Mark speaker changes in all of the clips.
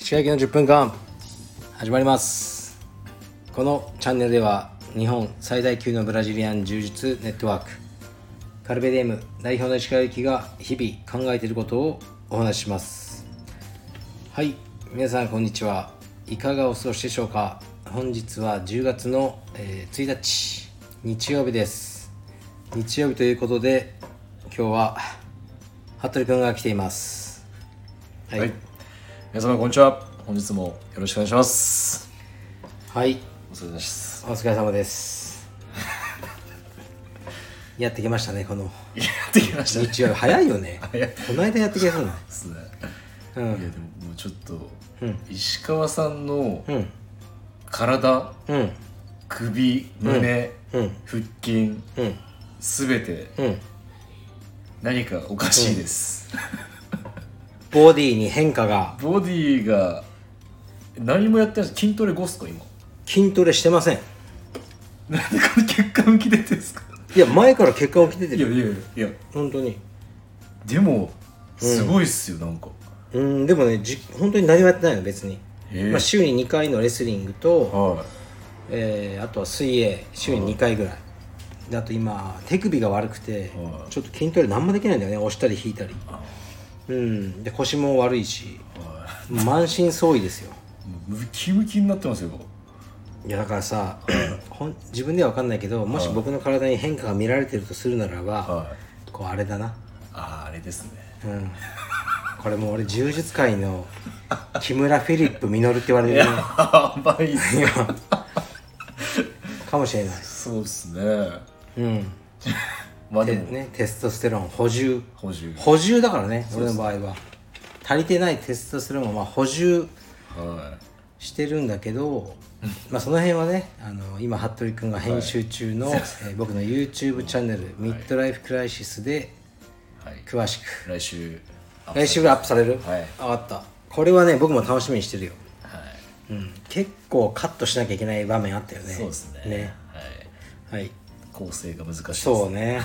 Speaker 1: 石垣の10分間始まりますこのチャンネルでは日本最大級のブラジリアン柔術ネットワークカルベディエム代表の石川行きが日々考えていることをお話ししますはい皆さんこんにちはいかがお過ごしでしょうか本日は10月の、えー1日日曜日です日曜日ということで今日は服部君が来ています
Speaker 2: はい、皆様こんにちは本日もよろしくお願いします
Speaker 1: はい
Speaker 2: お疲れ様です
Speaker 1: お疲れ様 です。やってきましたね、この
Speaker 2: やってきましたね
Speaker 1: 日曜日。早いよね
Speaker 2: 早い。
Speaker 1: この間やってきたの。
Speaker 2: ですね
Speaker 1: う
Speaker 2: いや
Speaker 1: ん。
Speaker 2: でももうちょっと、石川さんの
Speaker 1: うん。
Speaker 2: 体
Speaker 1: うん。
Speaker 2: 首胸、
Speaker 1: うん
Speaker 2: 腹筋
Speaker 1: うん。
Speaker 2: すべて
Speaker 1: うん。
Speaker 2: 何かおかしいです、
Speaker 1: ボディに変化が。
Speaker 2: ボディが何もやってないです筋トレ5っすか今
Speaker 1: 筋トレしてません。
Speaker 2: なんでこの血管浮き出てんすか
Speaker 1: いや、前から結果起きてて
Speaker 2: いや
Speaker 1: る。
Speaker 2: いやいや
Speaker 1: 本当に。
Speaker 2: でもすごいっすよ、なんか
Speaker 1: うん、でもね、じ本当に何もやってないの、別に。
Speaker 2: へえ
Speaker 1: まあ、週に2回のレスリングと、
Speaker 2: は
Speaker 1: えーあとは水泳、週に2回ぐらい。であと今、手首が悪くて
Speaker 2: は、い
Speaker 1: ちょっと筋トレ何もできないんだよね、押したり引いたり。うん。で、腰も悪いし。
Speaker 2: いは
Speaker 1: 満身創痍ですよ
Speaker 2: いもうムキムキになってますよ
Speaker 1: いやだからさ ほん自分では分かんないけどもし僕の体に変化が見られてるとするならば
Speaker 2: はい
Speaker 1: こうあれだな
Speaker 2: あーあれです ね
Speaker 1: うんこれもう俺柔術界 の木村フィリップ実って言われてるね
Speaker 2: やばいっすね
Speaker 1: かもしれない
Speaker 2: そうっすね
Speaker 1: うん
Speaker 2: まあ
Speaker 1: で
Speaker 2: でも
Speaker 1: ねテストステロン補充
Speaker 2: 補充
Speaker 1: 補充だからね俺の場合は足りてないテストステロンはまあ補充
Speaker 2: は
Speaker 1: してるんだけど、まあその辺はねあの今服部君が編集中の、えー僕の YouTube チャンネル「ミッドライフ・クライシス」で
Speaker 2: い、はい、
Speaker 1: 詳しく
Speaker 2: 来週あ
Speaker 1: 来週ぐらいアップされる、
Speaker 2: はい
Speaker 1: 分かったこれはね僕も楽しみにしてるよ、
Speaker 2: はい
Speaker 1: うん、結構カットしなきゃいけない場面あったよね
Speaker 2: そうですねはい
Speaker 1: はい
Speaker 2: 構成が難しいです
Speaker 1: そうね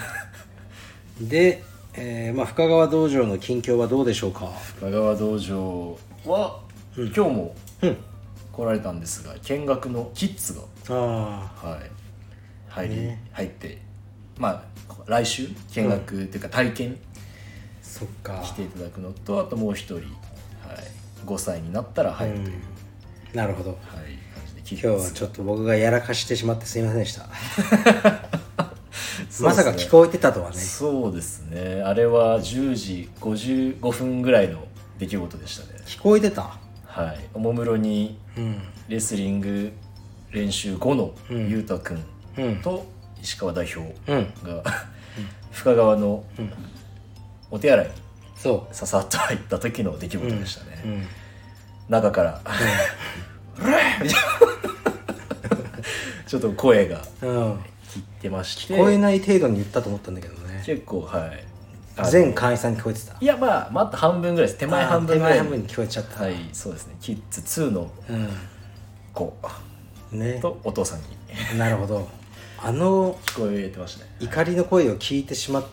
Speaker 1: で、えーまあ、深川道場の近況はどうでしょうか
Speaker 2: 深川道場は、今日も
Speaker 1: うん
Speaker 2: 来られたんですが見学のキッズ
Speaker 1: あ
Speaker 2: がはい入り、入ってまあ来週見学、っていうか体験
Speaker 1: あそっ
Speaker 2: し
Speaker 1: か
Speaker 2: ていただくのとあともう一人、はい、5歳になったら入るという、
Speaker 1: なるほど
Speaker 2: はい感じでキッズ
Speaker 1: 今日はちょっと僕がやらかしてしまってすいませんでした
Speaker 2: そう
Speaker 1: ま
Speaker 2: っす
Speaker 1: さ
Speaker 2: ね
Speaker 1: か聞こえてたとはね
Speaker 2: そうですねあれは10時55分ぐらいの出来事でしたね
Speaker 1: 聞こえてた
Speaker 2: はいおもむろに
Speaker 1: うん
Speaker 2: レスリング練習後のゆうたくん
Speaker 1: うん
Speaker 2: と石川代表
Speaker 1: うん
Speaker 2: が 深川のお手洗いに
Speaker 1: そ
Speaker 2: ささっと入った時の出来事でしたね、
Speaker 1: う、うん、
Speaker 2: 中から「 うれーみたいなちょっと声が
Speaker 1: うん、
Speaker 2: 切ってまして
Speaker 1: 聞こえない程度に言ったと思ったんだけどね
Speaker 2: 結構はい
Speaker 1: 全会員さんに聞こえてた
Speaker 2: いやまあまた半分ぐらいです手前半分
Speaker 1: 手
Speaker 2: ぐらい
Speaker 1: 前半分に聞こえちゃった、
Speaker 2: はいそうですねキッズ2の子
Speaker 1: うんね
Speaker 2: とお父さんに
Speaker 1: なるほどあの
Speaker 2: 聞こえてましたね
Speaker 1: 怒りの声を聞いてしまっ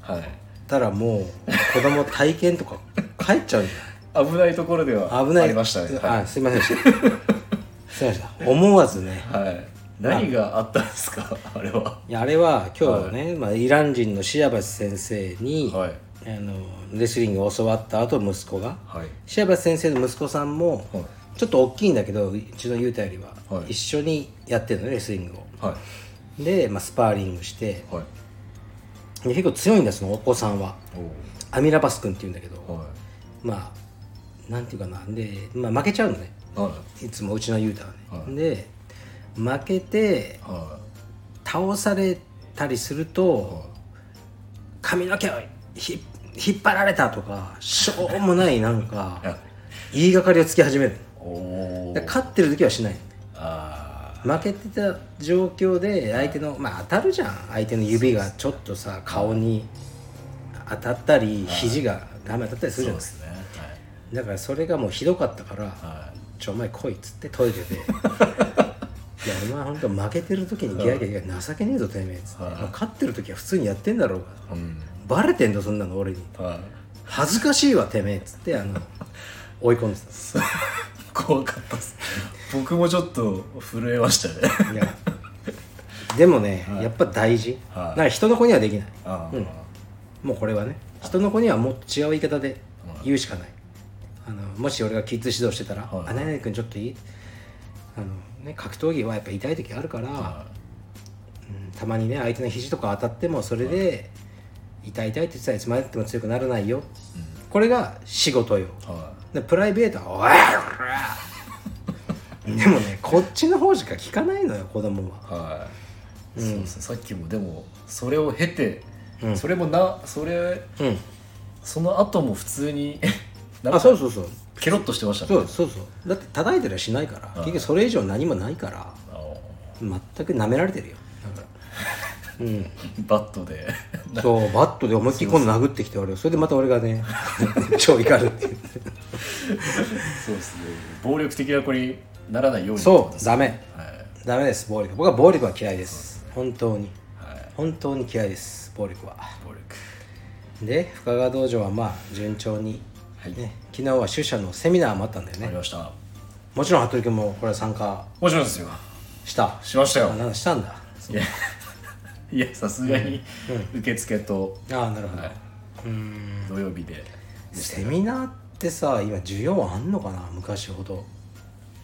Speaker 2: はい
Speaker 1: たらもう子供体験とか帰っちゃうんじ
Speaker 2: 危ないところで
Speaker 1: ゃな
Speaker 2: はい
Speaker 1: 危ない
Speaker 2: ありましたねは
Speaker 1: あすいませんでしたすいませんでした思わずね
Speaker 2: い、はい、何があったんですかあれはい
Speaker 1: やあれは今日ね、まあ、イラン人のシアバス先生に、
Speaker 2: はい
Speaker 1: あのレスリングを教わった後息子が
Speaker 2: はい
Speaker 1: シアバス先生の息子さんも、
Speaker 2: はい
Speaker 1: ちょっと大きいんだけどうちの雄太よりは、
Speaker 2: はい
Speaker 1: 一緒にやってるのねレスリングを
Speaker 2: は
Speaker 1: で、まあ、スパーリングして
Speaker 2: いはい
Speaker 1: で結構強いんだそのお子さんは
Speaker 2: お
Speaker 1: アミラバス君っていうんだけど、
Speaker 2: おは
Speaker 1: まあなんていうかなで、まあ、負けちゃうのね
Speaker 2: いはい
Speaker 1: いつもうちの雄太はね、
Speaker 2: はい
Speaker 1: で負けて
Speaker 2: は
Speaker 1: 倒されたりすると、
Speaker 2: いは
Speaker 1: 髪の毛をひ引っ張られたとかしょうもないなんか
Speaker 2: いはい
Speaker 1: 言いがかりをつけ始める
Speaker 2: おお
Speaker 1: だから勝ってる時はしない
Speaker 2: あ
Speaker 1: 負けてた状況で相手のまあ当たるじゃん相手の指がちょっとさ顔に当たったり肘がダメ当たったり
Speaker 2: ー
Speaker 1: す
Speaker 2: そ
Speaker 1: るじゃ
Speaker 2: う
Speaker 1: な
Speaker 2: で
Speaker 1: い
Speaker 2: すね
Speaker 1: だからそれがもうひどかったから
Speaker 2: はい、は
Speaker 1: 「
Speaker 2: い
Speaker 1: ちょお前来い」っつってトイレ でいやお前本当負けてる時にギャーギャーギャー情けねえぞてめえっつって、
Speaker 2: はい
Speaker 1: まあ勝ってる時は普通にやってんだろうが
Speaker 2: うん
Speaker 1: バレてんだそんなの俺に
Speaker 2: はい
Speaker 1: 恥ずかしいわてめえっつってあの追い込んでたんです
Speaker 2: そう 怖かったっす僕もちょっと震えました
Speaker 1: い
Speaker 2: ね
Speaker 1: やでもね、やっぱ大事、
Speaker 2: はい
Speaker 1: なんか人の子にはできない
Speaker 2: ああ、
Speaker 1: もうこれはね人の子にはもっと違う言い方で言うしかない、あのもし俺がキッズ指導してたら「
Speaker 2: はい
Speaker 1: あなになに君ちょっといい?」あのね、格闘技はやっぱ痛い時あるから、うんたまにね相手の肘とか当たってもそれで「痛い痛い」って言ってたらいつまでたっても強くならないよ、これが仕事よ
Speaker 2: は
Speaker 1: でプライベートは「おい おら!」でもねこっちの方しか聞かないのよ子供はい
Speaker 2: はい、そうですねさっきもでもそれを経て、それもなそれ
Speaker 1: うん
Speaker 2: その後も普通になん
Speaker 1: あ
Speaker 2: か
Speaker 1: そうそうそう
Speaker 2: ケロッとしてましたね
Speaker 1: そうそうそうだって叩いたりはしないから結局それ以上何もないから
Speaker 2: あの
Speaker 1: 全く舐められてるよだからうん
Speaker 2: バットで
Speaker 1: そうバットで思いっきり今度殴ってきて俺をそれでまた俺がね 超怒るっていう
Speaker 2: そうですね暴力的な子にならないように
Speaker 1: そうダメ
Speaker 2: はい
Speaker 1: ダメです暴力僕は暴力は嫌いです本当に
Speaker 2: はい
Speaker 1: 本当に嫌いです暴力は
Speaker 2: 暴力
Speaker 1: で深川道場はまあ順調に、
Speaker 2: はい
Speaker 1: ね、昨日は主者のセミナーもあったんだよ
Speaker 2: あり
Speaker 1: ね
Speaker 2: ました
Speaker 1: もちろん服部君もこれは参加
Speaker 2: もちろんですよ
Speaker 1: した
Speaker 2: しましたよ
Speaker 1: あなんだしたんだ
Speaker 2: いやいやさすがに受付と、
Speaker 1: ああなるほど、
Speaker 2: はいう
Speaker 1: ーん
Speaker 2: 土曜日で
Speaker 1: セミナーってさ今需要あんのかな昔ほど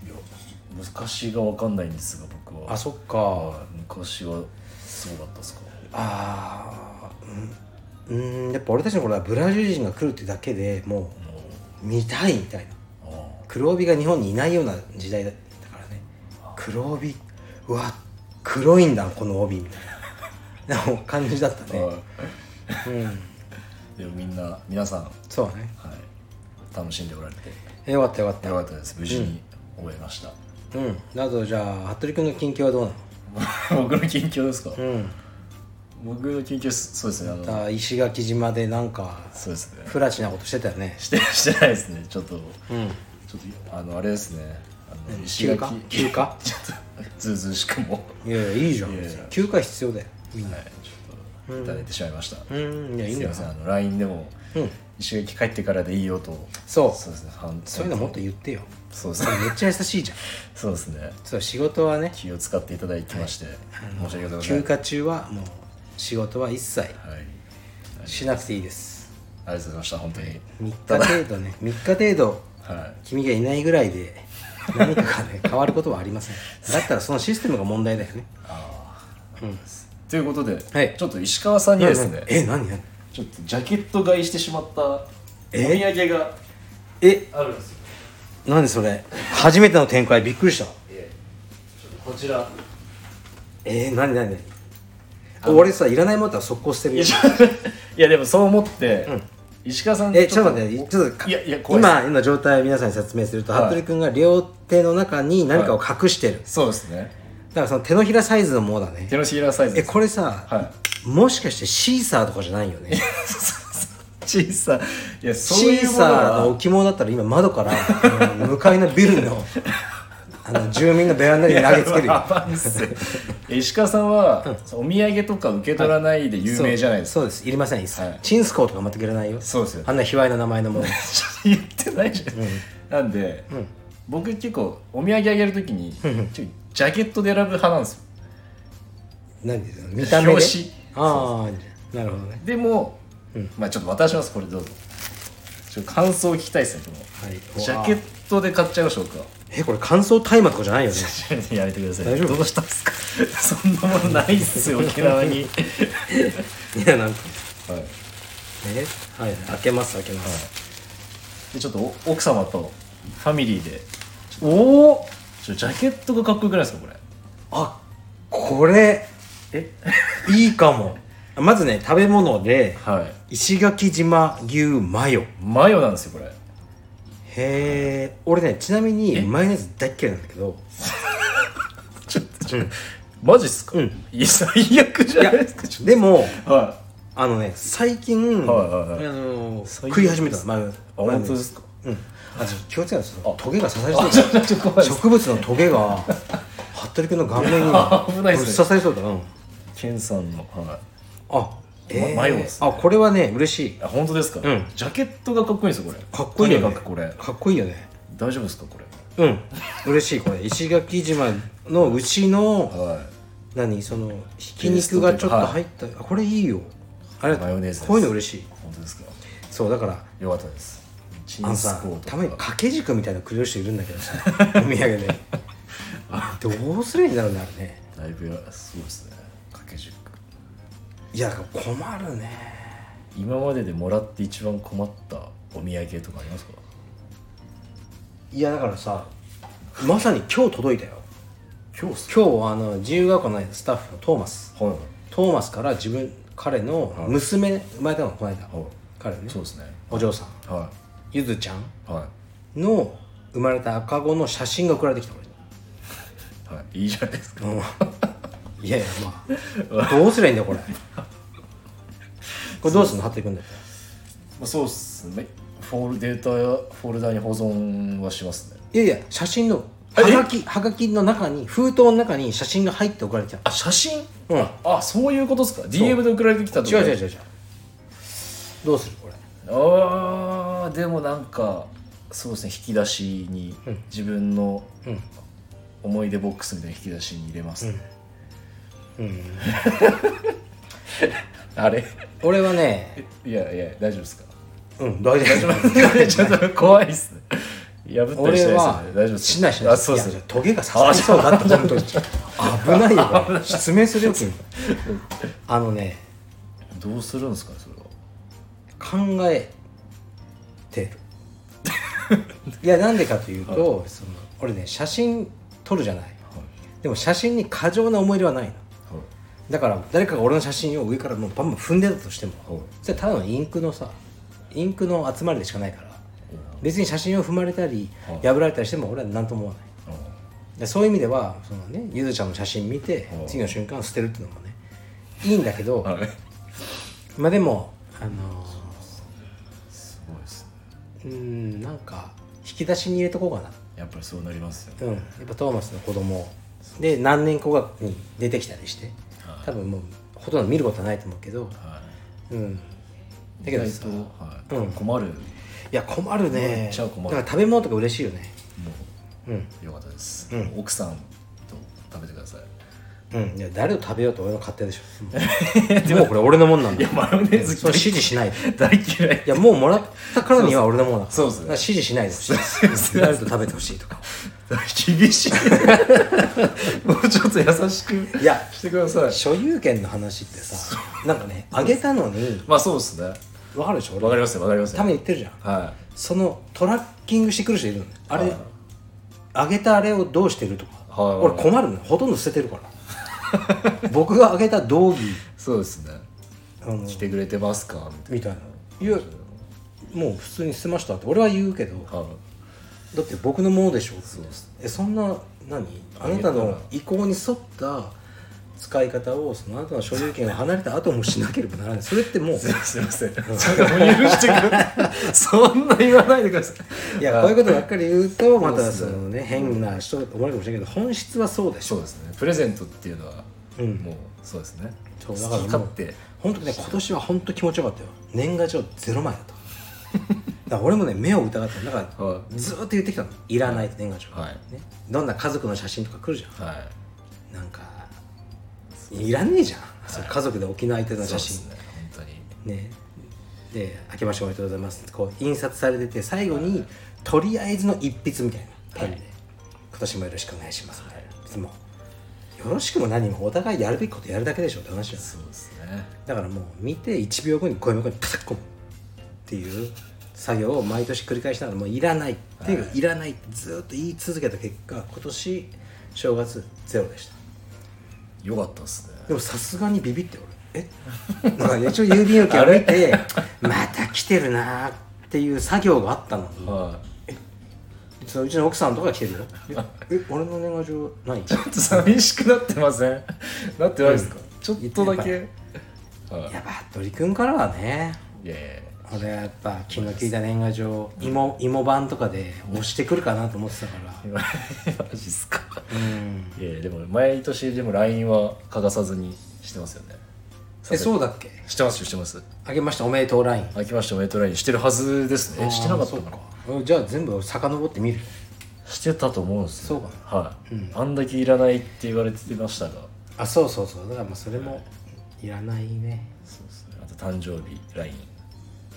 Speaker 2: いや難しいが分かんないんですが僕は
Speaker 1: あそっか
Speaker 2: はい昔はすごかったですか
Speaker 1: あーうんうーんやっぱ俺たちの頃はブラジル人が来るってだけでもう見たいみたいな
Speaker 2: ああ
Speaker 1: 黒帯が日本にいないような時代だったからね黒帯うわ黒いんだこの帯みたいな な感じだったねうん
Speaker 2: でもみんな皆さん、は
Speaker 1: そうだね
Speaker 2: い、楽しんでおられて
Speaker 1: えよかったよかった
Speaker 2: よかったです無事に終えました、
Speaker 1: うんなどじゃあ服部君の近況はどうなの
Speaker 2: 僕の近況ですか、
Speaker 1: うん
Speaker 2: 僕の近況すそうですねあの
Speaker 1: だ石垣島でなんか
Speaker 2: そうですね
Speaker 1: フラチなことしてたよね
Speaker 2: してしてないですねちょっと、
Speaker 1: うん
Speaker 2: ちょっとあのあれですねあの石
Speaker 1: 休
Speaker 2: 垣
Speaker 1: 暇休暇
Speaker 2: ちょっとずうずうしくも
Speaker 1: いやいやいいじゃん
Speaker 2: いやいや
Speaker 1: 別に休暇必要だよみんな
Speaker 2: はい、ちょっといただいてしまいました。
Speaker 1: うんいやいいんだ
Speaker 2: すみ
Speaker 1: よ
Speaker 2: ません、あの LINE でも、
Speaker 1: うん
Speaker 2: 石垣帰ってからでいいよと、
Speaker 1: そう
Speaker 2: そうですね、はん
Speaker 1: そういうのもっと言ってよ
Speaker 2: そうです
Speaker 1: それ
Speaker 2: ね、
Speaker 1: めっちゃ優しいじゃん
Speaker 2: そうですね、
Speaker 1: そう仕事はね
Speaker 2: 気を使っていただきまして、申し訳ございません。
Speaker 1: 休暇中はもう仕事は一切
Speaker 2: はい、あり
Speaker 1: しなくていいです
Speaker 2: がとうございました、本当に。
Speaker 1: 3日程度ね3日程度
Speaker 2: はい、
Speaker 1: 君がいないぐらいで何かがね 変わることはありませんだったらそのシステムが問題だよね
Speaker 2: ということで、
Speaker 1: はい
Speaker 2: ちょっと石川さんにですね、
Speaker 1: え何何
Speaker 2: ちょっとジャケット買いしてしまったお土
Speaker 1: え
Speaker 2: 産が
Speaker 1: え
Speaker 2: あるんですよ。
Speaker 1: 何それ初めての展開びっくりした
Speaker 2: ええちょっとこちら。
Speaker 1: えー、何何何俺さいら ないものだったら速攻捨てる
Speaker 2: い
Speaker 1: よ
Speaker 2: やちょっといやでもそう思って、石川さん
Speaker 1: えちょっと待ってちょっとか
Speaker 2: いやいや怖いです
Speaker 1: 今の状態を皆さんに説明すると、
Speaker 2: はい
Speaker 1: 服部君が両手の中に何かを隠してる、
Speaker 2: そうですね
Speaker 1: だからその手のひらサイズのものだね
Speaker 2: 手のひらサイズ
Speaker 1: え
Speaker 2: です
Speaker 1: これさ、
Speaker 2: は
Speaker 1: もしかしてシーサーとかじゃないよね
Speaker 2: 小さいやそう
Speaker 1: シ
Speaker 2: い
Speaker 1: ー
Speaker 2: うもの
Speaker 1: サーの
Speaker 2: は
Speaker 1: 置物だったら今窓からあの向かいのビルのあの住民のベランダに投げつけるよ
Speaker 2: やばいっすよえ石川さんは、お土産とか受け取らないで 有名じゃないです
Speaker 1: そ
Speaker 2: か、
Speaker 1: うそうですいりませんいいです、
Speaker 2: はい
Speaker 1: チンスコーとか全くいらないよ
Speaker 2: そうですよ
Speaker 1: あんな卑猥な名前のもの
Speaker 2: 言ってないじゃん、なんで、僕結構お土産あげるときにちょジャケットで選ぶ派なんですよ
Speaker 1: 何見た目で
Speaker 2: 表紙
Speaker 1: ああなるほどね
Speaker 2: でも、まあちょっと渡しますこれどうぞちょっと感想を聞きたいですねこの
Speaker 1: はい
Speaker 2: ジャケットで買っちゃいましょうか
Speaker 1: えこれ乾燥大麻とかじゃないよね
Speaker 2: やめてください
Speaker 1: 大丈夫
Speaker 2: どうしたんですか そんなものないっすよ沖縄 に
Speaker 1: いやなんか
Speaker 2: はい
Speaker 1: えはい開けます開けます、
Speaker 2: でちょっとお奥様とファミリーでおおジャケットがかっこよくないですかこれ
Speaker 1: あこれ
Speaker 2: え
Speaker 1: いいかもまずね食べ物で
Speaker 2: はい
Speaker 1: 石垣島牛マヨ
Speaker 2: マヨなんですよこれ
Speaker 1: へえ俺ねちなみにマヨネーズ大っ嫌いなんだけど
Speaker 2: ちょっとちょっとマジっすか、
Speaker 1: うん
Speaker 2: いや最悪じゃないですかちょっ
Speaker 1: でも
Speaker 2: とは
Speaker 1: あのね最近、
Speaker 2: はいはいはい
Speaker 1: あのー
Speaker 2: 近
Speaker 1: 食い始めたのマヨあ
Speaker 2: いあ本当ですか
Speaker 1: うんあちょっと気をつけないと
Speaker 2: あ
Speaker 1: トゲが刺さり
Speaker 2: あ
Speaker 1: そう
Speaker 2: ちょ
Speaker 1: だ
Speaker 2: っとちょっと怖いです
Speaker 1: 植物のトゲ が服部君の顔面に
Speaker 2: いや危ないっすね
Speaker 1: ぶっ刺さりそうだな、
Speaker 2: ケンさんのはい
Speaker 1: あえー
Speaker 2: 迷うんです
Speaker 1: あこれはね嬉しい
Speaker 2: あ本当ですか、
Speaker 1: うん
Speaker 2: ジャケットがかっこいいんですよこれ
Speaker 1: かっこいいよね
Speaker 2: とにかくこれ
Speaker 1: かっこいいよね
Speaker 2: 大丈夫ですかこれ
Speaker 1: うん嬉しいこれ石垣島の牛の
Speaker 2: は
Speaker 1: 何そのひき肉がちょっと入った、あこれいいよあれ
Speaker 2: マヨネーズです
Speaker 1: こういうの嬉しい
Speaker 2: い本当ですか
Speaker 1: そうだから
Speaker 2: よかったですチ
Speaker 1: あ
Speaker 2: ン
Speaker 1: の
Speaker 2: ス
Speaker 1: さ
Speaker 2: コート
Speaker 1: たまに掛け軸みたいなのくれる人いるんだけど さお土産でどうすればいいんだろうねあれね
Speaker 2: だいぶやそうですね掛け軸
Speaker 1: いや困るね
Speaker 2: 今まででもらって一番困ったお土産とかありますか
Speaker 1: いやだからさまさに今日届いたよ
Speaker 2: 今日っす
Speaker 1: 今日あの自由が丘のスタッフのトーマス
Speaker 2: はいはい
Speaker 1: トーマスから自分彼の娘、生まれたのこの間、
Speaker 2: はい
Speaker 1: 彼ね
Speaker 2: そうですね
Speaker 1: お嬢さん
Speaker 2: は
Speaker 1: ゆずちゃん
Speaker 2: いは
Speaker 1: の生まれた赤子の写真が送られてきた俺に
Speaker 2: いはいいいじゃないですか
Speaker 1: いやいやまあどうすりゃいいんだよこれこれどうすんの貼っていくんだよ
Speaker 2: まあ、そうっすねフォールデータやフォルダに保存はしますね
Speaker 1: いやいや写真のはがきはがきの中に封筒の中に写真が入って送られてきた
Speaker 2: あ写真
Speaker 1: のうん
Speaker 2: あそういうことですか DM で送られてきたとか
Speaker 1: 違う違う違う違うどうするこれ
Speaker 2: あーでもなんかそうですね引き出しに、自分の
Speaker 1: うん
Speaker 2: 思い出ボックスみたいな引き出しに入れますね、あれ
Speaker 1: 俺はね
Speaker 2: いやいや大丈夫ですか
Speaker 1: うん大丈夫
Speaker 2: ちょっと怖いっすね破ったりし
Speaker 1: 俺
Speaker 2: ないですよ
Speaker 1: は
Speaker 2: ね大丈夫ですか
Speaker 1: しないしない
Speaker 2: あそうです
Speaker 1: いや
Speaker 2: ね
Speaker 1: トゲが刺さりそうだった本当に危ないよ これ失明するよ君あのね
Speaker 2: どうするんですかそれは
Speaker 1: 考えてるいやなんでかというと、その俺ね写真撮るじゃないでも写真に過剰な思い入れはないの
Speaker 2: は
Speaker 1: だから誰かが俺の写真を上からもうバンバン踏んでたとしても
Speaker 2: いはい
Speaker 1: それはただのインクのさインクの集まりでしかないから別に写真を踏まれたり
Speaker 2: はい
Speaker 1: 破られたりしても俺は何とも思わないでそういう意味ではそのねゆずちゃんの写真見て
Speaker 2: はい
Speaker 1: 次の瞬間捨てるっていうのもねいいんだけど
Speaker 2: あれ
Speaker 1: まあでもあのー
Speaker 2: すごいですね
Speaker 1: うーんなんか引き出しに入れとこうかな
Speaker 2: やっぱりそうなりますよね
Speaker 1: うんやっぱトーマスの子供で何年後かに出てきたりして
Speaker 2: はい
Speaker 1: 多分もうほとんど見ることはないと思うけど
Speaker 2: は
Speaker 1: うん
Speaker 2: い
Speaker 1: だけど
Speaker 2: 意
Speaker 1: さ
Speaker 2: 外とはい
Speaker 1: うん
Speaker 2: 困るも
Speaker 1: いや困る
Speaker 2: め
Speaker 1: ね
Speaker 2: っちゃ困る
Speaker 1: だから食べ物とか嬉しいよねうん
Speaker 2: うよかったです
Speaker 1: うん
Speaker 2: 奥さんと食べてください
Speaker 1: うんいや誰を食べようと俺の勝手でし ょもうこれ俺のもんなんだよ
Speaker 2: マヨネーズ
Speaker 1: そう指示しないで
Speaker 2: 大嫌い
Speaker 1: いやもうもらったからには俺のもんだから
Speaker 2: そうですね
Speaker 1: だから指示しないでほしい誰と食べてほしいとか
Speaker 2: 厳しい もうちょっと優しく
Speaker 1: いや
Speaker 2: してください
Speaker 1: 所有権の話ってさなんかねあげたのに
Speaker 2: まあそうですね
Speaker 1: わかるでしょ俺
Speaker 2: わかりますよわかります
Speaker 1: た
Speaker 2: よ
Speaker 1: めに言ってるじゃん
Speaker 2: は
Speaker 1: そのトラッキングしてくる人いるのねあれ、
Speaker 2: はい
Speaker 1: あげたあれをどうしてるとか、
Speaker 2: はいはいはい
Speaker 1: 俺困るのよほとんど捨ててるから 僕があげた道着
Speaker 2: いそうですね
Speaker 1: あの
Speaker 2: 来てくれてますかみたい
Speaker 1: みたいないやもう普通に捨てましたって俺は言うけど
Speaker 2: なはい
Speaker 1: だって僕のものでしょ
Speaker 2: そうです
Speaker 1: えそんな何あなたの意向に沿った使い方をそのあなたの所有権を離れた後もしなければなら ないそれってもう
Speaker 2: すいませんちょっと許してく ださいそんな言わないでください
Speaker 1: いやこういうことばっかり言うとま
Speaker 2: そう
Speaker 1: た
Speaker 2: っす
Speaker 1: そ
Speaker 2: ね
Speaker 1: のね変な人だと思われるかもしれないけど本質はそうでしょ
Speaker 2: そうですねプレゼントっていうのは、
Speaker 1: うん
Speaker 2: もうそうですね
Speaker 1: そうだ
Speaker 2: だ
Speaker 1: か
Speaker 2: からら
Speaker 1: もう
Speaker 2: 勝手
Speaker 1: 本当ね今年は本当気持ちよかったよ年賀状ゼロ枚だ とだから俺もね目を疑ってただから、
Speaker 2: はい
Speaker 1: ずーっと言ってきたのいらないと年賀状、
Speaker 2: はい
Speaker 1: ね、どんな家族の写真とか来るじゃ
Speaker 2: はい
Speaker 1: んなんかいらねえじゃん、そう家族で沖縄行ってた
Speaker 2: そう
Speaker 1: 写
Speaker 2: です
Speaker 1: 真
Speaker 2: ね本当に
Speaker 1: ねで「明けましておめでとうございます」こう印刷されてて最後にとりあえずの一筆みたいなペンで、今年もよろしくお願いします」みたいな、別にもうよろしくも何もお互いやるべきことやるだけでしょって話なんです
Speaker 2: そうですね
Speaker 1: だからもう見て1秒後に声の声にパタッ込むっていう作業を毎年繰り返しながらもういらないっていうか、い、らないってずっと言い続けた結果今年正月ゼロでした
Speaker 2: よかったですね
Speaker 1: でもさすがにビビって俺えなんか一応郵便受けを見てまた来てるなーっていう作業があったのに
Speaker 2: はい
Speaker 1: そのうちの奥さんとかが来てるよええ俺の年賀状何
Speaker 2: ちょっと寂しくなってませんなってないですか、ちょっとだけ
Speaker 1: や
Speaker 2: は
Speaker 1: やっぱ鳥くんからはね
Speaker 2: いいやいやいや
Speaker 1: 俺はやっぱ気の利いた年賀状芋芋版とかで押してくるかなと思ってたから
Speaker 2: 今マジっすか
Speaker 1: うん
Speaker 2: いやいやでも毎年でも LINE は欠かさずにしてますよね
Speaker 1: えそうだっけ
Speaker 2: してますよしてます
Speaker 1: あげましたおめでとうライン
Speaker 2: 明けましておめでとうラインしてるはずですねえしてなかったのか
Speaker 1: うんじゃあ全部遡ってみる
Speaker 2: してたと思うんですよ
Speaker 1: そうか
Speaker 2: はい、あんだけいらないって言われてましたが
Speaker 1: あそうそうそうだからまあそれもいらないね
Speaker 2: そうですねあと誕生日 LINE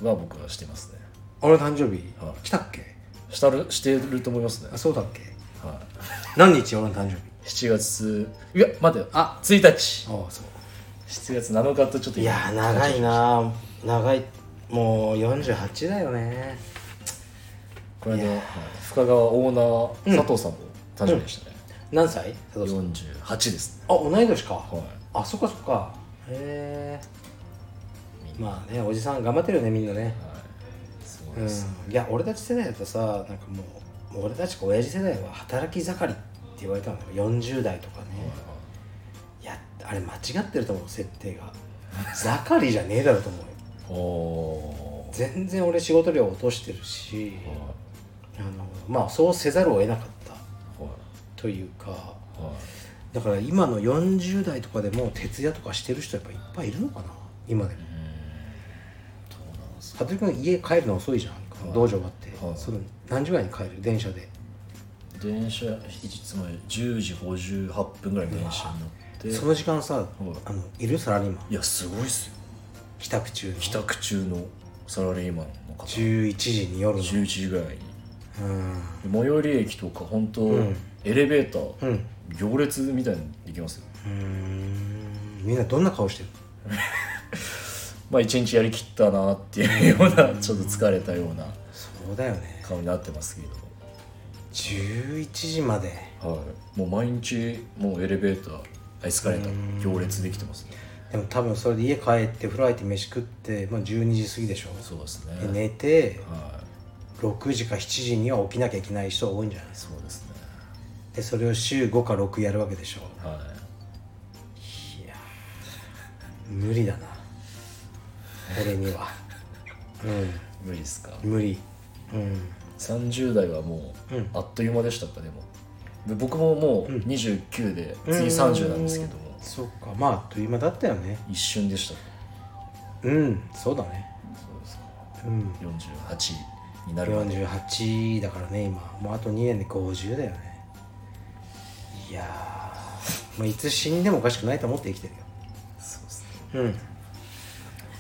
Speaker 2: は僕はしてますね
Speaker 1: 俺の誕生日
Speaker 2: はい
Speaker 1: 来たっけ
Speaker 2: したるしてると思いますね
Speaker 1: あそうだっけ
Speaker 2: は
Speaker 1: 何日俺の誕生日
Speaker 2: い7月いや待てよ
Speaker 1: あ
Speaker 2: 1日
Speaker 1: ああそう
Speaker 2: 7月7日とちょっと
Speaker 1: いやー長いなー長いもう48だよね
Speaker 2: これで、はい深川オーナー佐藤さんも誕生日でしたね、
Speaker 1: 何歳佐藤さんあ
Speaker 2: 48ですね
Speaker 1: 同い年か、
Speaker 2: はい
Speaker 1: あそっかそっかへ
Speaker 2: みん
Speaker 1: えまあねおじさん頑張ってるよねみんなね
Speaker 2: すごいです、
Speaker 1: うんいや俺たち世代だとさなんかもうもう俺たちか親父世代は働き盛りって言われたのよ40代とかね、いやあれ間違ってると思う設定が盛りじゃねえだろうと思うよ
Speaker 2: おー
Speaker 1: 全然俺仕事量落としてるしあのまあそうせざるを得なかったというか
Speaker 2: はいはい
Speaker 1: だから今の40代とかでも徹夜とかしてる人やっぱいっぱいいるのかな今でも
Speaker 2: そうなんです
Speaker 1: 羽鳥君家帰るの遅いじゃん道場があって、
Speaker 2: はい
Speaker 1: その何時ぐらいに帰る電車で
Speaker 2: 電車いつも10時58分ぐらいの電車に乗って
Speaker 1: その時間さ、あのいるサラリーマン
Speaker 2: いやすごいっすよ
Speaker 1: 帰宅中の
Speaker 2: 帰宅中のサラリーマンの方
Speaker 1: 11時に夜の
Speaker 2: 11時ぐらいに
Speaker 1: うん
Speaker 2: 最寄り駅とか本当、
Speaker 1: ん
Speaker 2: エレベーター、
Speaker 1: うん
Speaker 2: 行列みたいにできますよ
Speaker 1: うーんみんなどんな顔してる
Speaker 2: まあ一日やりきったなっていうような、ちょっと疲れたような
Speaker 1: そうだよね
Speaker 2: 顔になってますけれ
Speaker 1: 11時まで
Speaker 2: ど、はい、もう毎日もうエレベーターあエスカレーター行列できてますね
Speaker 1: でも多分それで家帰って風呂入って飯食って、まあ、12時過ぎでしょ
Speaker 2: そうですね
Speaker 1: で寝て
Speaker 2: はい
Speaker 1: 6時か7時には起きなきゃいけない人が多いんじゃないですか
Speaker 2: そうですね
Speaker 1: でそれを週5か6やるわけでしょ
Speaker 2: はい
Speaker 1: いや無理だな俺には う
Speaker 2: 無理ですか
Speaker 1: ん無理うん
Speaker 2: 30代はもう、
Speaker 1: うん
Speaker 2: あっという間でしたかでもで僕ももう29で、次30なんですけども
Speaker 1: そっかまああっという間だったよね
Speaker 2: 一瞬でしたね
Speaker 1: うんそうだね
Speaker 2: そうですか
Speaker 1: うん
Speaker 2: 48になるまで
Speaker 1: 48だからね今もうあと2年で50だよねいやー、まあ、いつ死んでもおかしくないと思って生きて
Speaker 2: そうですね
Speaker 1: るようん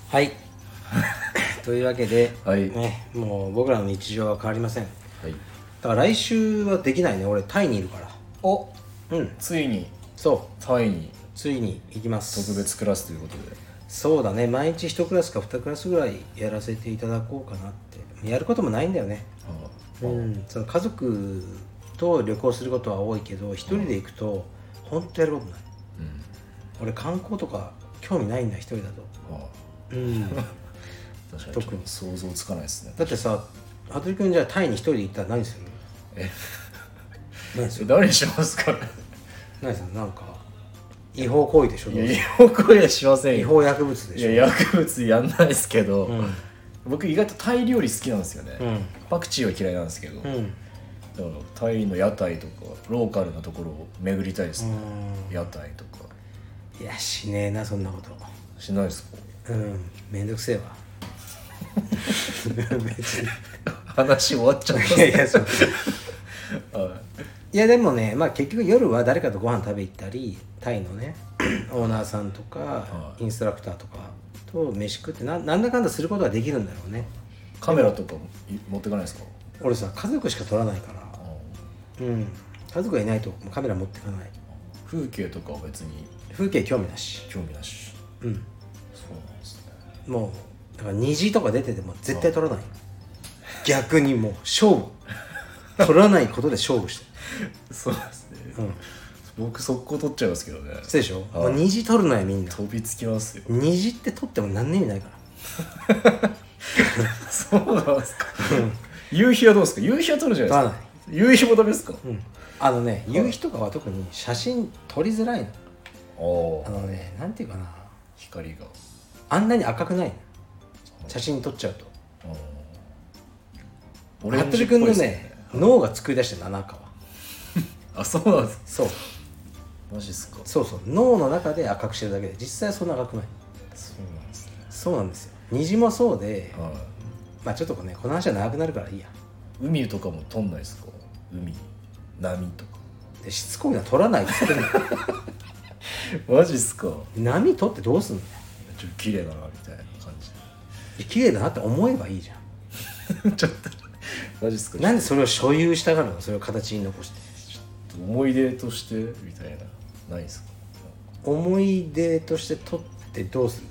Speaker 1: はい というわけで、
Speaker 2: はい
Speaker 1: ね、もう僕らの日常は変わりませんだ
Speaker 2: はい
Speaker 1: から来週はできないね俺タイにいるから
Speaker 2: お
Speaker 1: うん
Speaker 2: ついに
Speaker 1: そう
Speaker 2: タイに
Speaker 1: ついに行きます
Speaker 2: 特別クラスということで
Speaker 1: そうだね毎日1クラスか2クラスぐらいやらせていただこうかなってやることもないんだよね
Speaker 2: は
Speaker 1: うん、その家族と旅行することは多いけど一人で行くと本当やることない
Speaker 2: あうん
Speaker 1: 俺観光とか興味ないんだ一人だと、
Speaker 2: は
Speaker 1: うん、だ
Speaker 2: あ確か
Speaker 1: 特に
Speaker 2: にちょっと想像つかないですね
Speaker 1: ってさ羽鳥君じゃあタイに一人で行ったら何する
Speaker 2: え
Speaker 1: 何する
Speaker 2: え誰にしますか
Speaker 1: 何するなんか違法行為でしょ
Speaker 2: い
Speaker 1: ど
Speaker 2: や
Speaker 1: う
Speaker 2: 違
Speaker 1: せ
Speaker 2: 法行為はしません
Speaker 1: 違
Speaker 2: よ
Speaker 1: 法薬物で
Speaker 2: い
Speaker 1: しょ
Speaker 2: や薬物やんないですけど、
Speaker 1: うん
Speaker 2: 僕意外とタイ料理好きなんですよね、
Speaker 1: うん
Speaker 2: パクチーは嫌いなんですけど、
Speaker 1: う
Speaker 2: だか
Speaker 1: ん
Speaker 2: らタイの屋台とかローカルなところを巡りたいですね、
Speaker 1: うん
Speaker 2: 屋台とか
Speaker 1: いやしねえなそんなこと
Speaker 2: しないですか
Speaker 1: うんめんどく せえわ別に
Speaker 2: 話終わっちゃっ
Speaker 1: いやいやそう
Speaker 2: た、はい
Speaker 1: いやでもね、まあ、結局夜は誰かとご飯食べ行ったりタイのね オーナーさんとか、
Speaker 2: い
Speaker 1: インストラクターとかと飯食ってななんだかんだすることはできるんだろうね
Speaker 2: カメラとかもい持ってかないですか
Speaker 1: 俺さ家族しか撮らないからうん家族がいないとカメラ持ってかない
Speaker 2: 風景とかは別に
Speaker 1: 風景興味なし
Speaker 2: 興味なし
Speaker 1: うん
Speaker 2: そうなんですね
Speaker 1: もうだから虹とか出てても絶対撮らない逆にもう勝負撮らないことで勝負して
Speaker 2: そうですね、
Speaker 1: るうん
Speaker 2: 僕速攻撮っちゃいますけどね
Speaker 1: そうでしょ、
Speaker 2: はい
Speaker 1: もう虹撮るのよみんな
Speaker 2: 飛びつきますよ
Speaker 1: 虹って撮っても何の意味ないから
Speaker 2: そうなんですか夕日はどうですか夕日は撮るじゃないですか夕日もダメですか、あ
Speaker 1: あのね夕日とかは特に写真撮りづらいのあ
Speaker 2: あ
Speaker 1: のねなんていうかな
Speaker 2: 光が
Speaker 1: あんなに赤くないの写真撮っちゃうと
Speaker 2: オレン
Speaker 1: 服
Speaker 2: ジ
Speaker 1: 部
Speaker 2: っぽ
Speaker 1: 君
Speaker 2: い
Speaker 1: の
Speaker 2: で
Speaker 1: ね
Speaker 2: す
Speaker 1: 脳が作り出してるのあの赤は
Speaker 2: あそうなんです
Speaker 1: そう
Speaker 2: マジっすか
Speaker 1: そうそう脳の中で赤くしてるだけで実際はそんな赤くないそうなんですねそうなんですよ虹もそうでまあちょっとこれねこの話は長くなるからいいや
Speaker 2: うん海とかも撮んないですか海波とか
Speaker 1: でしつこいのは取らないっつってんの
Speaker 2: マジっすか
Speaker 1: 波取ってどうすんの
Speaker 2: ちょっと綺麗だなみたいな感
Speaker 1: 綺麗だなって思えばいいじゃん
Speaker 2: じちょっとマジっすか
Speaker 1: なんでそれを所有したがるのそれを形に残して
Speaker 2: 思い出としてみたいなないですか
Speaker 1: 思い出として取ってどうする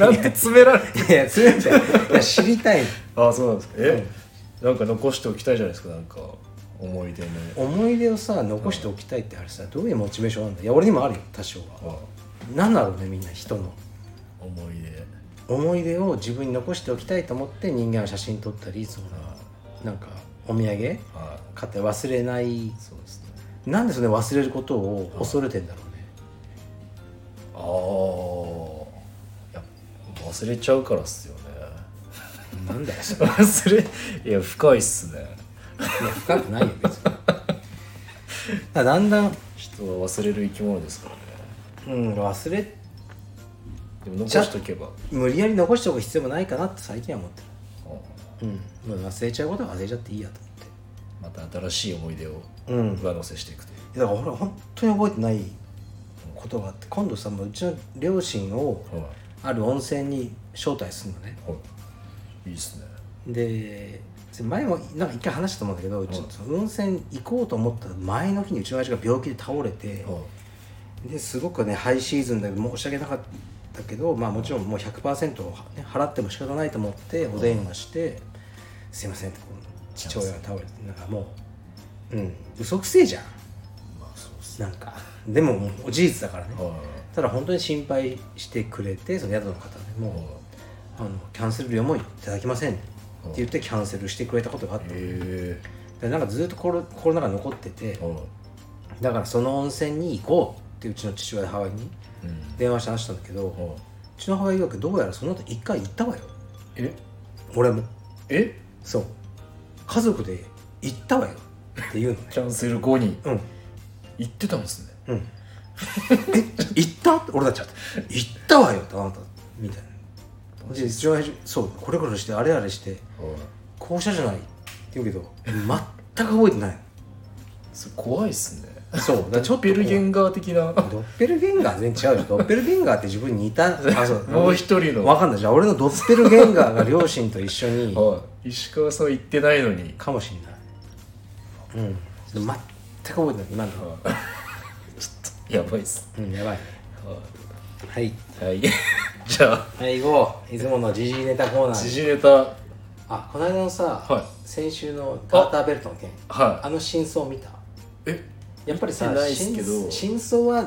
Speaker 1: の
Speaker 2: なんで詰められて
Speaker 1: いやそれっていや知りたい
Speaker 2: ああそうなんですかえ、なんか残しておきたいじゃないですかなんか思い出の
Speaker 1: の思い出をさ残しておきたいってあれさどういうモチベーションなんだいや俺にもあるよ多少は
Speaker 2: あ
Speaker 1: なんだろうねみんな人の
Speaker 2: 思い出
Speaker 1: 思い出を自分に残しておきたいと思って人間は写真撮ったりそのなんかお土産
Speaker 2: あ
Speaker 1: 買って忘れない
Speaker 2: そうですね
Speaker 1: なんでそれ忘れることを恐れてんだろうね
Speaker 2: ああやっぱ忘れちゃうからっすよね
Speaker 1: なんだよそれ
Speaker 2: 忘れいや深いっすね
Speaker 1: いや深くないよ別にだからだんだん、
Speaker 2: 人は忘れる生き物ですからね
Speaker 1: うん、忘れ
Speaker 2: でも残しとけば
Speaker 1: 無理やり残しておく必要もないかなって最近は思って
Speaker 2: ああ
Speaker 1: る、うん、もう忘れちゃうことは忘れちゃっていいやと思って
Speaker 2: また新しい思い出を
Speaker 1: うん
Speaker 2: 上乗せしていくという、
Speaker 1: いやだから俺本当に覚えてないことがあって今度さもううちの両親を
Speaker 2: はい
Speaker 1: ある温泉に招待するのね
Speaker 2: はいいいっすね
Speaker 1: で前もなんか一回話したと思うんだけどうちその温泉行こうと思った前の日にうちの親父が病気で倒れて
Speaker 2: はい
Speaker 1: ですごくねハイシーズンで申し訳なかったけど、まあ、もちろんもう100%を、ね、払っても仕方ないと思ってお電話して「すいません」ってこう父親が倒れてなんかもううん嘘くせえじゃん
Speaker 2: まあそうっす
Speaker 1: なんかでももう事実だからね
Speaker 2: はい
Speaker 1: ただ本当に心配してくれてその宿の方でもう、あのキャンセル料もいただきませんって言ってキャンセルしてくれたことがあって、
Speaker 2: へ
Speaker 1: でなんかずっとコロコロナが残ってて
Speaker 2: えはい
Speaker 1: だからその温泉に行こうってうちの父親でハワイに
Speaker 2: うん
Speaker 1: 電話して話したんだけど、う
Speaker 2: はい
Speaker 1: ちのハワイ留学どうやらその後一回行ったわよ
Speaker 2: え
Speaker 1: 俺も
Speaker 2: え
Speaker 1: そう家族で行ったわよって言うのね
Speaker 2: キャンセル後に
Speaker 1: うん
Speaker 2: 行ってたんですね
Speaker 1: うん、え行ったって俺たちは行ったわよってあなたみたいなで一応そうこれこれしてあれあれしてこうしたじゃないって言うけど全く覚えてない
Speaker 2: それ怖いっすね
Speaker 1: そうだからちょっと
Speaker 2: ベルゲンガー的な
Speaker 1: ドッペルゲンガー全然違うよドッペルゲンガーって自分に似たあそ
Speaker 2: もう一人の
Speaker 1: わかんないじゃあ俺のドッペルゲンガーが両親と一緒 に
Speaker 2: はい石川さんは行ってないのに
Speaker 1: かもしれないうん全く覚えてない今のとこ
Speaker 2: はいちょっとやばいっす
Speaker 1: うんやばいねはい
Speaker 2: はい じゃあ
Speaker 1: はい行こういつものジジイネタコーナー
Speaker 2: 時事ネタは
Speaker 1: あこの間のさ、
Speaker 2: はい
Speaker 1: 先週のカーターベルトの件あ
Speaker 2: い
Speaker 1: の真相見た
Speaker 2: え
Speaker 1: やっぱりさ
Speaker 2: 見てないっすけど
Speaker 1: 真真相は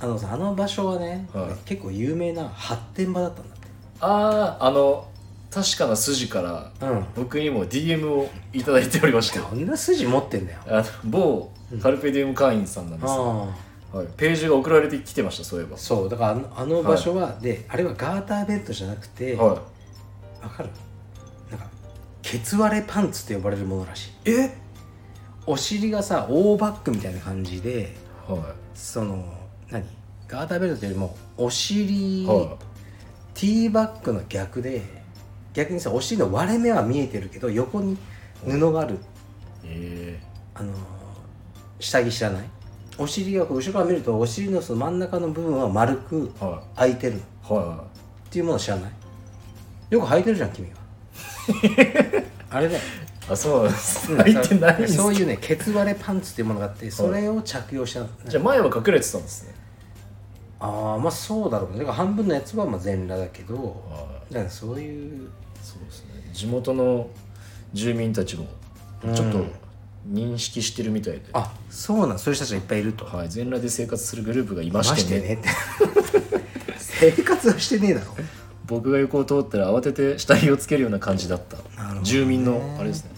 Speaker 1: あのさあの場所はね、
Speaker 2: はい
Speaker 1: 結構有名な発展場だったんだっ
Speaker 2: あああの確かな筋から
Speaker 1: てうん
Speaker 2: 僕にも DM をいただいておりました
Speaker 1: こんな筋持ってんだよ
Speaker 2: あの某カルペディウム会員さんなんですけど、
Speaker 1: あ
Speaker 2: はい、ページが送られてきてましたそういえば
Speaker 1: あそうだからあのあの場所は、であれはガーターベッドじゃなくてわ、
Speaker 2: は
Speaker 1: かるなんかケツ割れパンツって呼ばれるものらしい
Speaker 2: いえ
Speaker 1: お尻がさオーバックみたいな感じで
Speaker 2: は
Speaker 1: その何ガーターベルトよりもお
Speaker 2: い
Speaker 1: 尻、
Speaker 2: は
Speaker 1: ティーバッグの逆で逆にさお尻の割れ目は見えてるけど横に布がある、
Speaker 2: いえ
Speaker 1: あのー下着知らないお尻がこう後ろから見るとお尻のその真ん中の部分は丸く
Speaker 2: ー、は
Speaker 1: 開いてるのっ
Speaker 2: いは
Speaker 1: ていうもの知らないよく履いてるじゃん 君はあれだよ
Speaker 2: いあそうなんです入ってないんです
Speaker 1: そう
Speaker 2: う
Speaker 1: いうねケツ割れパンツっていうものがあってそれを着用したの、
Speaker 2: じゃあ前は隠れてたんですね
Speaker 1: ああまあそうだろうねだから半分のやつはまあ全裸だけど
Speaker 2: は
Speaker 1: だからそういう
Speaker 2: いそうですね地元の住民たちもちょっと認識してるみたいで、
Speaker 1: あそうなんそういう人たちがいっぱいいると
Speaker 2: はい、全裸で生活するグループがいま
Speaker 1: ま
Speaker 2: して
Speaker 1: し
Speaker 2: ね
Speaker 1: てねって 生活はしてねえだろ
Speaker 2: 僕が横を通ったら慌てて下着をつけるような感じだった、
Speaker 1: ほどね
Speaker 2: 住民のあれですね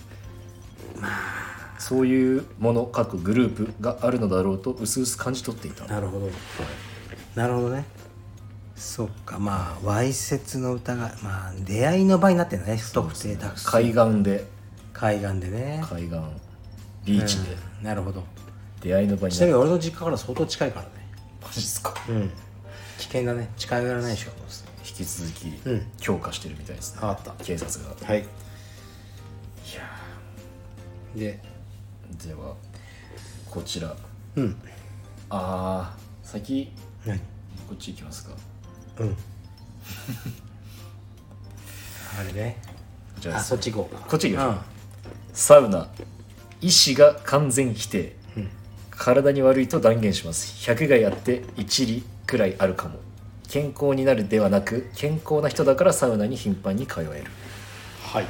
Speaker 2: そういうもの各グループがあるのだろうと薄々感じ取っていた
Speaker 1: なるほどなるほどねそっかまあわいせつの歌がまあ出会いの場になってるね不特定多数
Speaker 2: 海岸で
Speaker 1: 海岸でね
Speaker 2: 海岸ビーチで
Speaker 1: なるほど
Speaker 2: 出会いの場に
Speaker 1: ち
Speaker 2: な
Speaker 1: なみ
Speaker 2: る
Speaker 1: に俺の実家から相当近いからね
Speaker 2: マジっすか
Speaker 1: うん危険だね近寄らないでしょ
Speaker 2: 引き続き
Speaker 1: うん
Speaker 2: 強化してるみたいですね、
Speaker 1: 分かった
Speaker 2: 警察が
Speaker 1: はい
Speaker 2: いや
Speaker 1: で
Speaker 2: ーではこちら
Speaker 1: うん
Speaker 2: あー先
Speaker 1: 何
Speaker 2: こっち行きますかこ
Speaker 1: うん あれね
Speaker 2: ちら
Speaker 1: あ
Speaker 2: です
Speaker 1: そっち行こう
Speaker 2: こっち行きましょう
Speaker 1: うん
Speaker 2: サウナ医師が完全否定、体に悪いと断言します100害あって1理くらいあるかも健康になるではなく健康な人だからサウナに頻繁に通える
Speaker 1: はい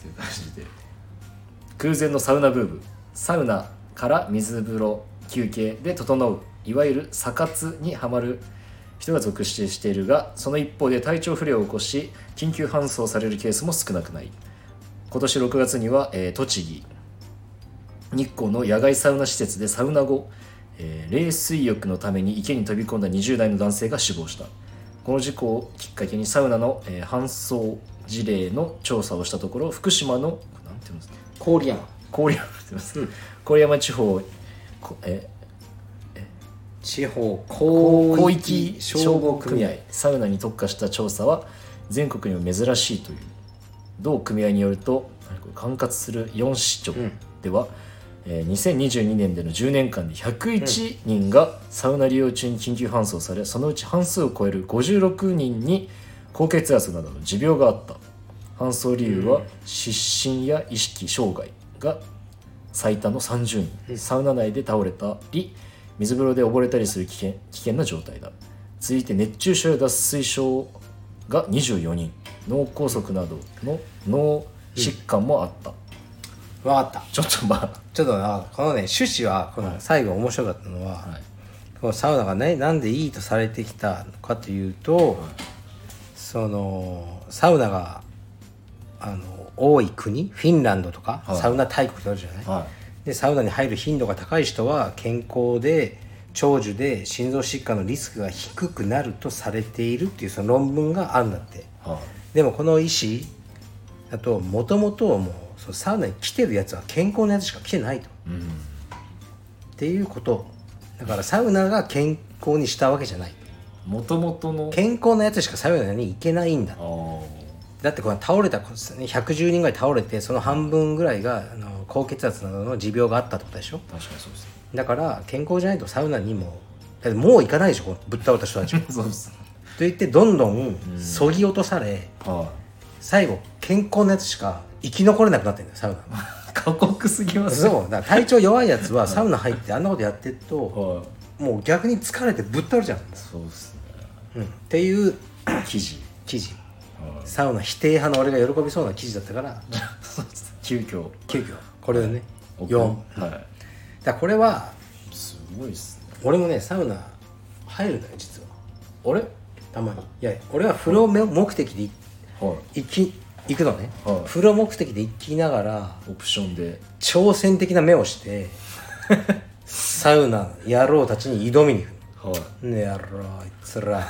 Speaker 2: という感じで空前のサウナブームサウナから水風呂休憩で整ういわゆる「サ活」にはまる人が続出しているがその一方で体調不良を起こし緊急搬送されるケースも少なくない今年6月には、えー栃木日光の野外サウナ施設でサウナ後、えー冷水浴のために池に飛び込んだ20代の男性が死亡したこの事故をきっかけにサウナの、えー搬送事例の調査をしたところ福島のなんていうんですか
Speaker 1: 郡山
Speaker 2: 郡山すいません郡山地方こえ
Speaker 1: 地方
Speaker 2: ー
Speaker 1: 広
Speaker 2: 広
Speaker 1: 域
Speaker 2: 域
Speaker 1: 消
Speaker 2: 消
Speaker 1: 防
Speaker 2: 防
Speaker 1: 組
Speaker 2: 組
Speaker 1: 合
Speaker 2: 合サウナに特化した調査は全国にも珍しいという同組合によるとあれこれ管轄する4市町
Speaker 1: ん
Speaker 2: では、えー2022年での10年間で101人がサウナ利用中に緊急搬送されそのうち半数を超える56人に高血圧などの持病があった搬送理由は失神や意識障害が最多の30人サウナ内で倒れたり水風呂で溺れたりする危険危険な状態だ続いて熱中症や脱水症が24人脳梗塞などの脳疾患もあった、
Speaker 1: 分かった
Speaker 2: ちょっとまあ
Speaker 1: ちょっとなこのね趣旨はこの最後面白かったのは、このサウナがねなんでいいとされてきたのかというと、そのサウナがあの多い国フィンランドとか、
Speaker 2: はい
Speaker 1: サウナ大国ってあるじゃない、
Speaker 2: は
Speaker 1: でサウナに入る頻度が高い人は健康で長寿で心臓疾患のリスクが低くなるとされているっていうその論文があるんだって
Speaker 2: いはい
Speaker 1: でもこの医師だともともともうそのサウナに来てるやつは健康なやつしか来てないと
Speaker 2: うん
Speaker 1: っていうことだからサウナが健康にしたわけじゃない
Speaker 2: もともとの
Speaker 1: 健康なやつしかサウナに行けないんだ
Speaker 2: あー
Speaker 1: だってこの倒れた子ですね110人ぐらい倒れてその半分ぐらいがあの高血圧などの持病があったってことでしょ
Speaker 2: 確かにそうですね
Speaker 1: だから健康じゃないとサウナにもだってもう行かないでしょこのぶっ倒れた人たちもと
Speaker 2: そうですね
Speaker 1: 言ってどんどんそぎ落とされ
Speaker 2: は
Speaker 1: 最後健康なやつしか生き残れなくなってるんだよサウナ
Speaker 2: い 過酷すぎます
Speaker 1: そうだから体調弱いやつはサウナ入ってあんなことやってると
Speaker 2: はい
Speaker 1: もう逆に疲れてぶっ倒れちゃうんです、
Speaker 2: そうですね
Speaker 1: うん、っていう
Speaker 2: 記事
Speaker 1: 記事
Speaker 2: はい
Speaker 1: サウナ否定派の俺が喜びそうな記事だったから
Speaker 2: そうですね急遽
Speaker 1: 急遽これをね4
Speaker 2: は
Speaker 1: だ
Speaker 2: いは
Speaker 1: からこれはい
Speaker 2: すごいですね
Speaker 1: 俺もねサウナ入るんだよ実は
Speaker 2: あれはい
Speaker 1: たまにいや俺は風呂目目的で行き行くのね、
Speaker 2: はい
Speaker 1: 風呂目的で行きながら
Speaker 2: オプションで
Speaker 1: 挑戦的な目をして サウナ野郎たちに挑みに行く
Speaker 2: はい
Speaker 1: ねやろあいつら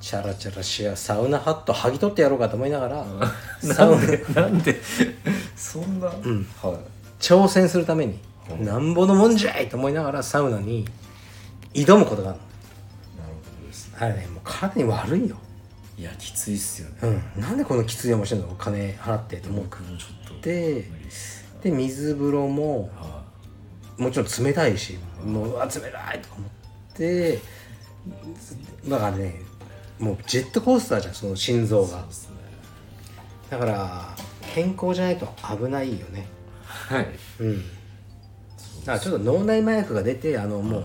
Speaker 1: チャラチャラしやサウナハット剥ぎ取ってやろうかと思いな がらサウナ
Speaker 2: なんでそんな、は
Speaker 1: 挑戦するために、なんぼのもんじゃいと思いながらサウナに挑むことがあるの
Speaker 2: いなるほどですね
Speaker 1: あれねもう体に悪いよ、
Speaker 2: いやきついっすよね
Speaker 1: うん、なんでこのきつい思いしてんのお金払ってと思っ
Speaker 2: 僕もちょっと
Speaker 1: て
Speaker 2: 無理っす
Speaker 1: で水風呂も
Speaker 2: は
Speaker 1: もちろん冷たいしもううわ冷たいとか思ってだからねもうジェットコースターじゃんその心臓が
Speaker 2: いですね
Speaker 1: だから健康じゃないと危ないよね
Speaker 2: はい
Speaker 1: うんだからちょっと脳内麻薬が出てあのもう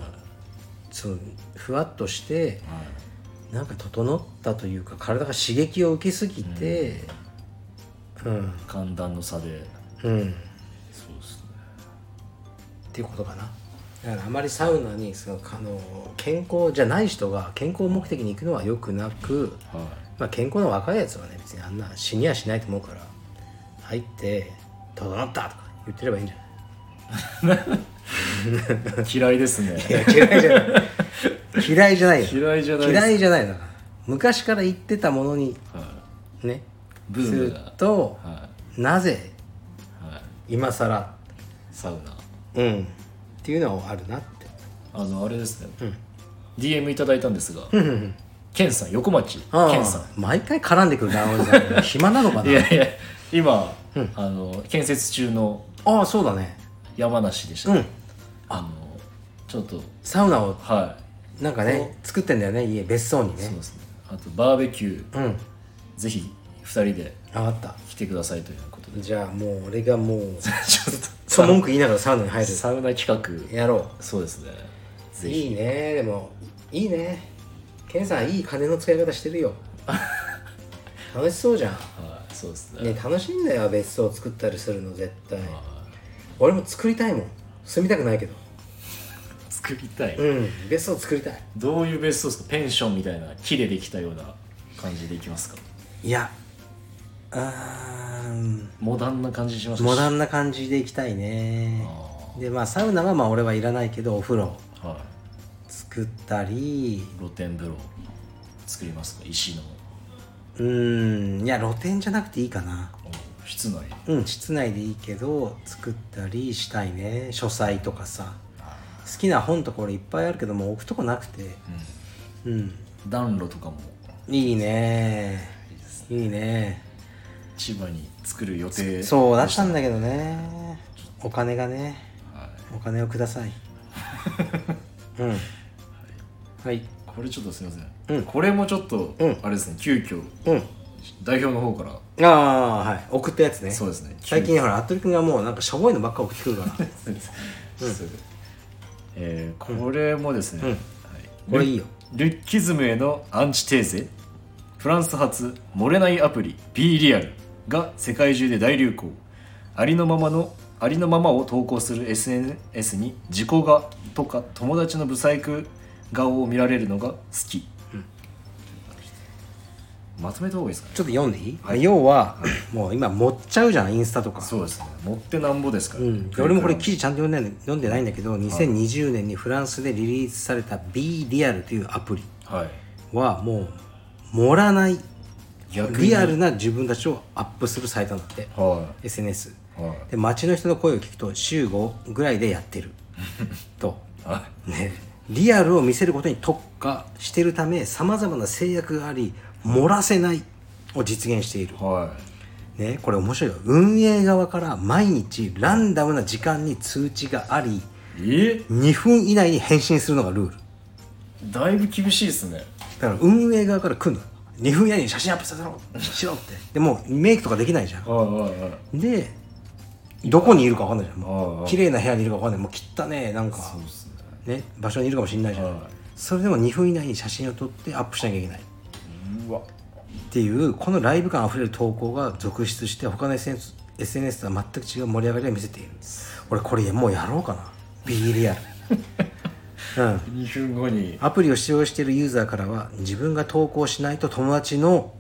Speaker 1: そのふわっとしてなんか整ったというか体が刺激を受けすぎてうん
Speaker 2: 寒暖の差で
Speaker 1: うん、っ
Speaker 2: そうです
Speaker 1: ていうことかなだからあまりサウナにそのあの健康じゃない人が健康目的に行くのは良くなく、
Speaker 2: ねは
Speaker 1: まあ、健康の若いやつはね別にあんな死にはしないと思うから入って「整った!」とか言ってればいいんじゃ ない
Speaker 2: い嫌いですね
Speaker 1: いや嫌いじゃない嫌いじゃないよ
Speaker 2: 嫌いじゃない
Speaker 1: 嫌
Speaker 2: い、
Speaker 1: いじゃないだから昔から言ってたものに
Speaker 2: は
Speaker 1: ね
Speaker 2: い、ブーム
Speaker 1: する
Speaker 2: が
Speaker 1: と
Speaker 2: は
Speaker 1: なぜ
Speaker 2: いはい
Speaker 1: 今さら
Speaker 2: サウナ
Speaker 1: うんっていうのはあるなって
Speaker 2: あのあれですね、DM いただいたんですが、ケンさん横町
Speaker 1: ああ
Speaker 2: ケンさん
Speaker 1: 毎回絡んでくるなおじさん暇なのか
Speaker 2: い
Speaker 1: な
Speaker 2: やいや今、あの建設中の
Speaker 1: ああそうだね
Speaker 2: 山梨でした、
Speaker 1: うん
Speaker 2: あのちょっと
Speaker 1: サウナを
Speaker 2: は
Speaker 1: なんかね作ってんだよね家別荘に
Speaker 2: いそう
Speaker 1: ね
Speaker 2: ですねあとバーベキュー
Speaker 1: うん
Speaker 2: ぜひ2人で
Speaker 1: ああった
Speaker 2: 来てくださいということで
Speaker 1: じゃあもう俺がもう
Speaker 2: ちょっ
Speaker 1: そう文句言いながらサウナに入る
Speaker 2: サウナ企画
Speaker 1: やろ
Speaker 2: そうですね
Speaker 1: う
Speaker 2: ぜひ
Speaker 1: いいねでもいいねケンさんいい金の使い方してる よ楽しそうじゃん
Speaker 2: はいそうです
Speaker 1: ね
Speaker 2: ね
Speaker 1: 楽しいんだよ別荘を作ったりするの絶対
Speaker 2: は
Speaker 1: 俺も作りたいもん住みたくないけど
Speaker 2: い作りたい、
Speaker 1: うん別荘作りたい
Speaker 2: どういう別荘ですかペンションみたいな木でできたような感じでいきますか
Speaker 1: いやうーん
Speaker 2: モダンな感じします
Speaker 1: モダンな感じで行きたいね
Speaker 2: あ
Speaker 1: でまあサウナはまあ俺はいらないけどお風呂
Speaker 2: ーは
Speaker 1: 作ったり
Speaker 2: い露天風呂作りますか石の
Speaker 1: うーんいや露天じゃなくていいかな
Speaker 2: お室内
Speaker 1: うん室内でいいけど作ったりしたいね書斎とかさ好きな本とか俺いっぱいあるけどもう置くとこなくてうん
Speaker 2: うん暖炉とかも
Speaker 1: いいねいいね
Speaker 2: 千葉に作る予定
Speaker 1: そうだったんだけどねお金がね
Speaker 2: はい
Speaker 1: お金をくださ いうんはい
Speaker 2: これちょっとすみません、
Speaker 1: うん
Speaker 2: これもちょっと、
Speaker 1: うん
Speaker 2: あれですね急遽
Speaker 1: うん
Speaker 2: 代表の方から、
Speaker 1: ああはい送ったやつね
Speaker 2: そうですね
Speaker 1: 最近ほら服部君がもうなんかしょぼいのばっか送ってくる から
Speaker 2: 急遽えーこれもですね、
Speaker 1: うん
Speaker 2: はい
Speaker 1: これいいよ
Speaker 2: ルルッキズムへのアンチテーゼフランス発漏れないアプリ B リアルが世界中で大流行ありのままのありのままを投稿する SNS に自己画とか友達のブサイク顔を見られるのが好き、まとめた方がいいですかね
Speaker 1: ちょっと読んでいい、要はもう今持っちゃうじゃんインスタとか
Speaker 2: そうですね持ってなんぼですから、
Speaker 1: うん、で俺もこれ記事ちゃんと読んでない読んでないんだけど2020年にフランスでリリースされた B リアルというアプリ
Speaker 2: はい
Speaker 1: はもう盛らない
Speaker 2: 逆に
Speaker 1: リアルな自分たちをアップするサイトなんだって
Speaker 2: は
Speaker 1: SNS
Speaker 2: いは
Speaker 1: で街の人の声を聞くと週5ぐらいでや ってると、
Speaker 2: いはい
Speaker 1: ね、リアルを見せることに特化してるためさまざまな制約があり漏らせないを実現している、
Speaker 2: は
Speaker 1: ね、これ面白いよ運営側から毎日ランダムな時間に通知があり
Speaker 2: いえ
Speaker 1: 2分以内に返信するのがルール
Speaker 2: だいぶ厳しいですね
Speaker 1: だから運営側から来るの2分以内に写真アップさせろしろってでもうメイクとかできないじゃん
Speaker 2: はいはいはい
Speaker 1: でどこにいるか分かんないじゃんも
Speaker 2: あ
Speaker 1: う
Speaker 2: あ
Speaker 1: 綺麗な部屋にいるか分かんないもう汚ねえなんか
Speaker 2: そうですね
Speaker 1: ね場所にいるかもしれないじゃん
Speaker 2: はい
Speaker 1: それでも2分以内に写真を撮ってアップしなきゃいけないう
Speaker 2: わ
Speaker 1: っていうこのライブ感あふれる投稿が続出して他の SNS, SNS とは全く違う盛り上がりを見せている俺これもうやろうかな B リアルうん
Speaker 2: 2分後に
Speaker 1: アプリを使用しているユーザーからは自分が投稿しないと友達の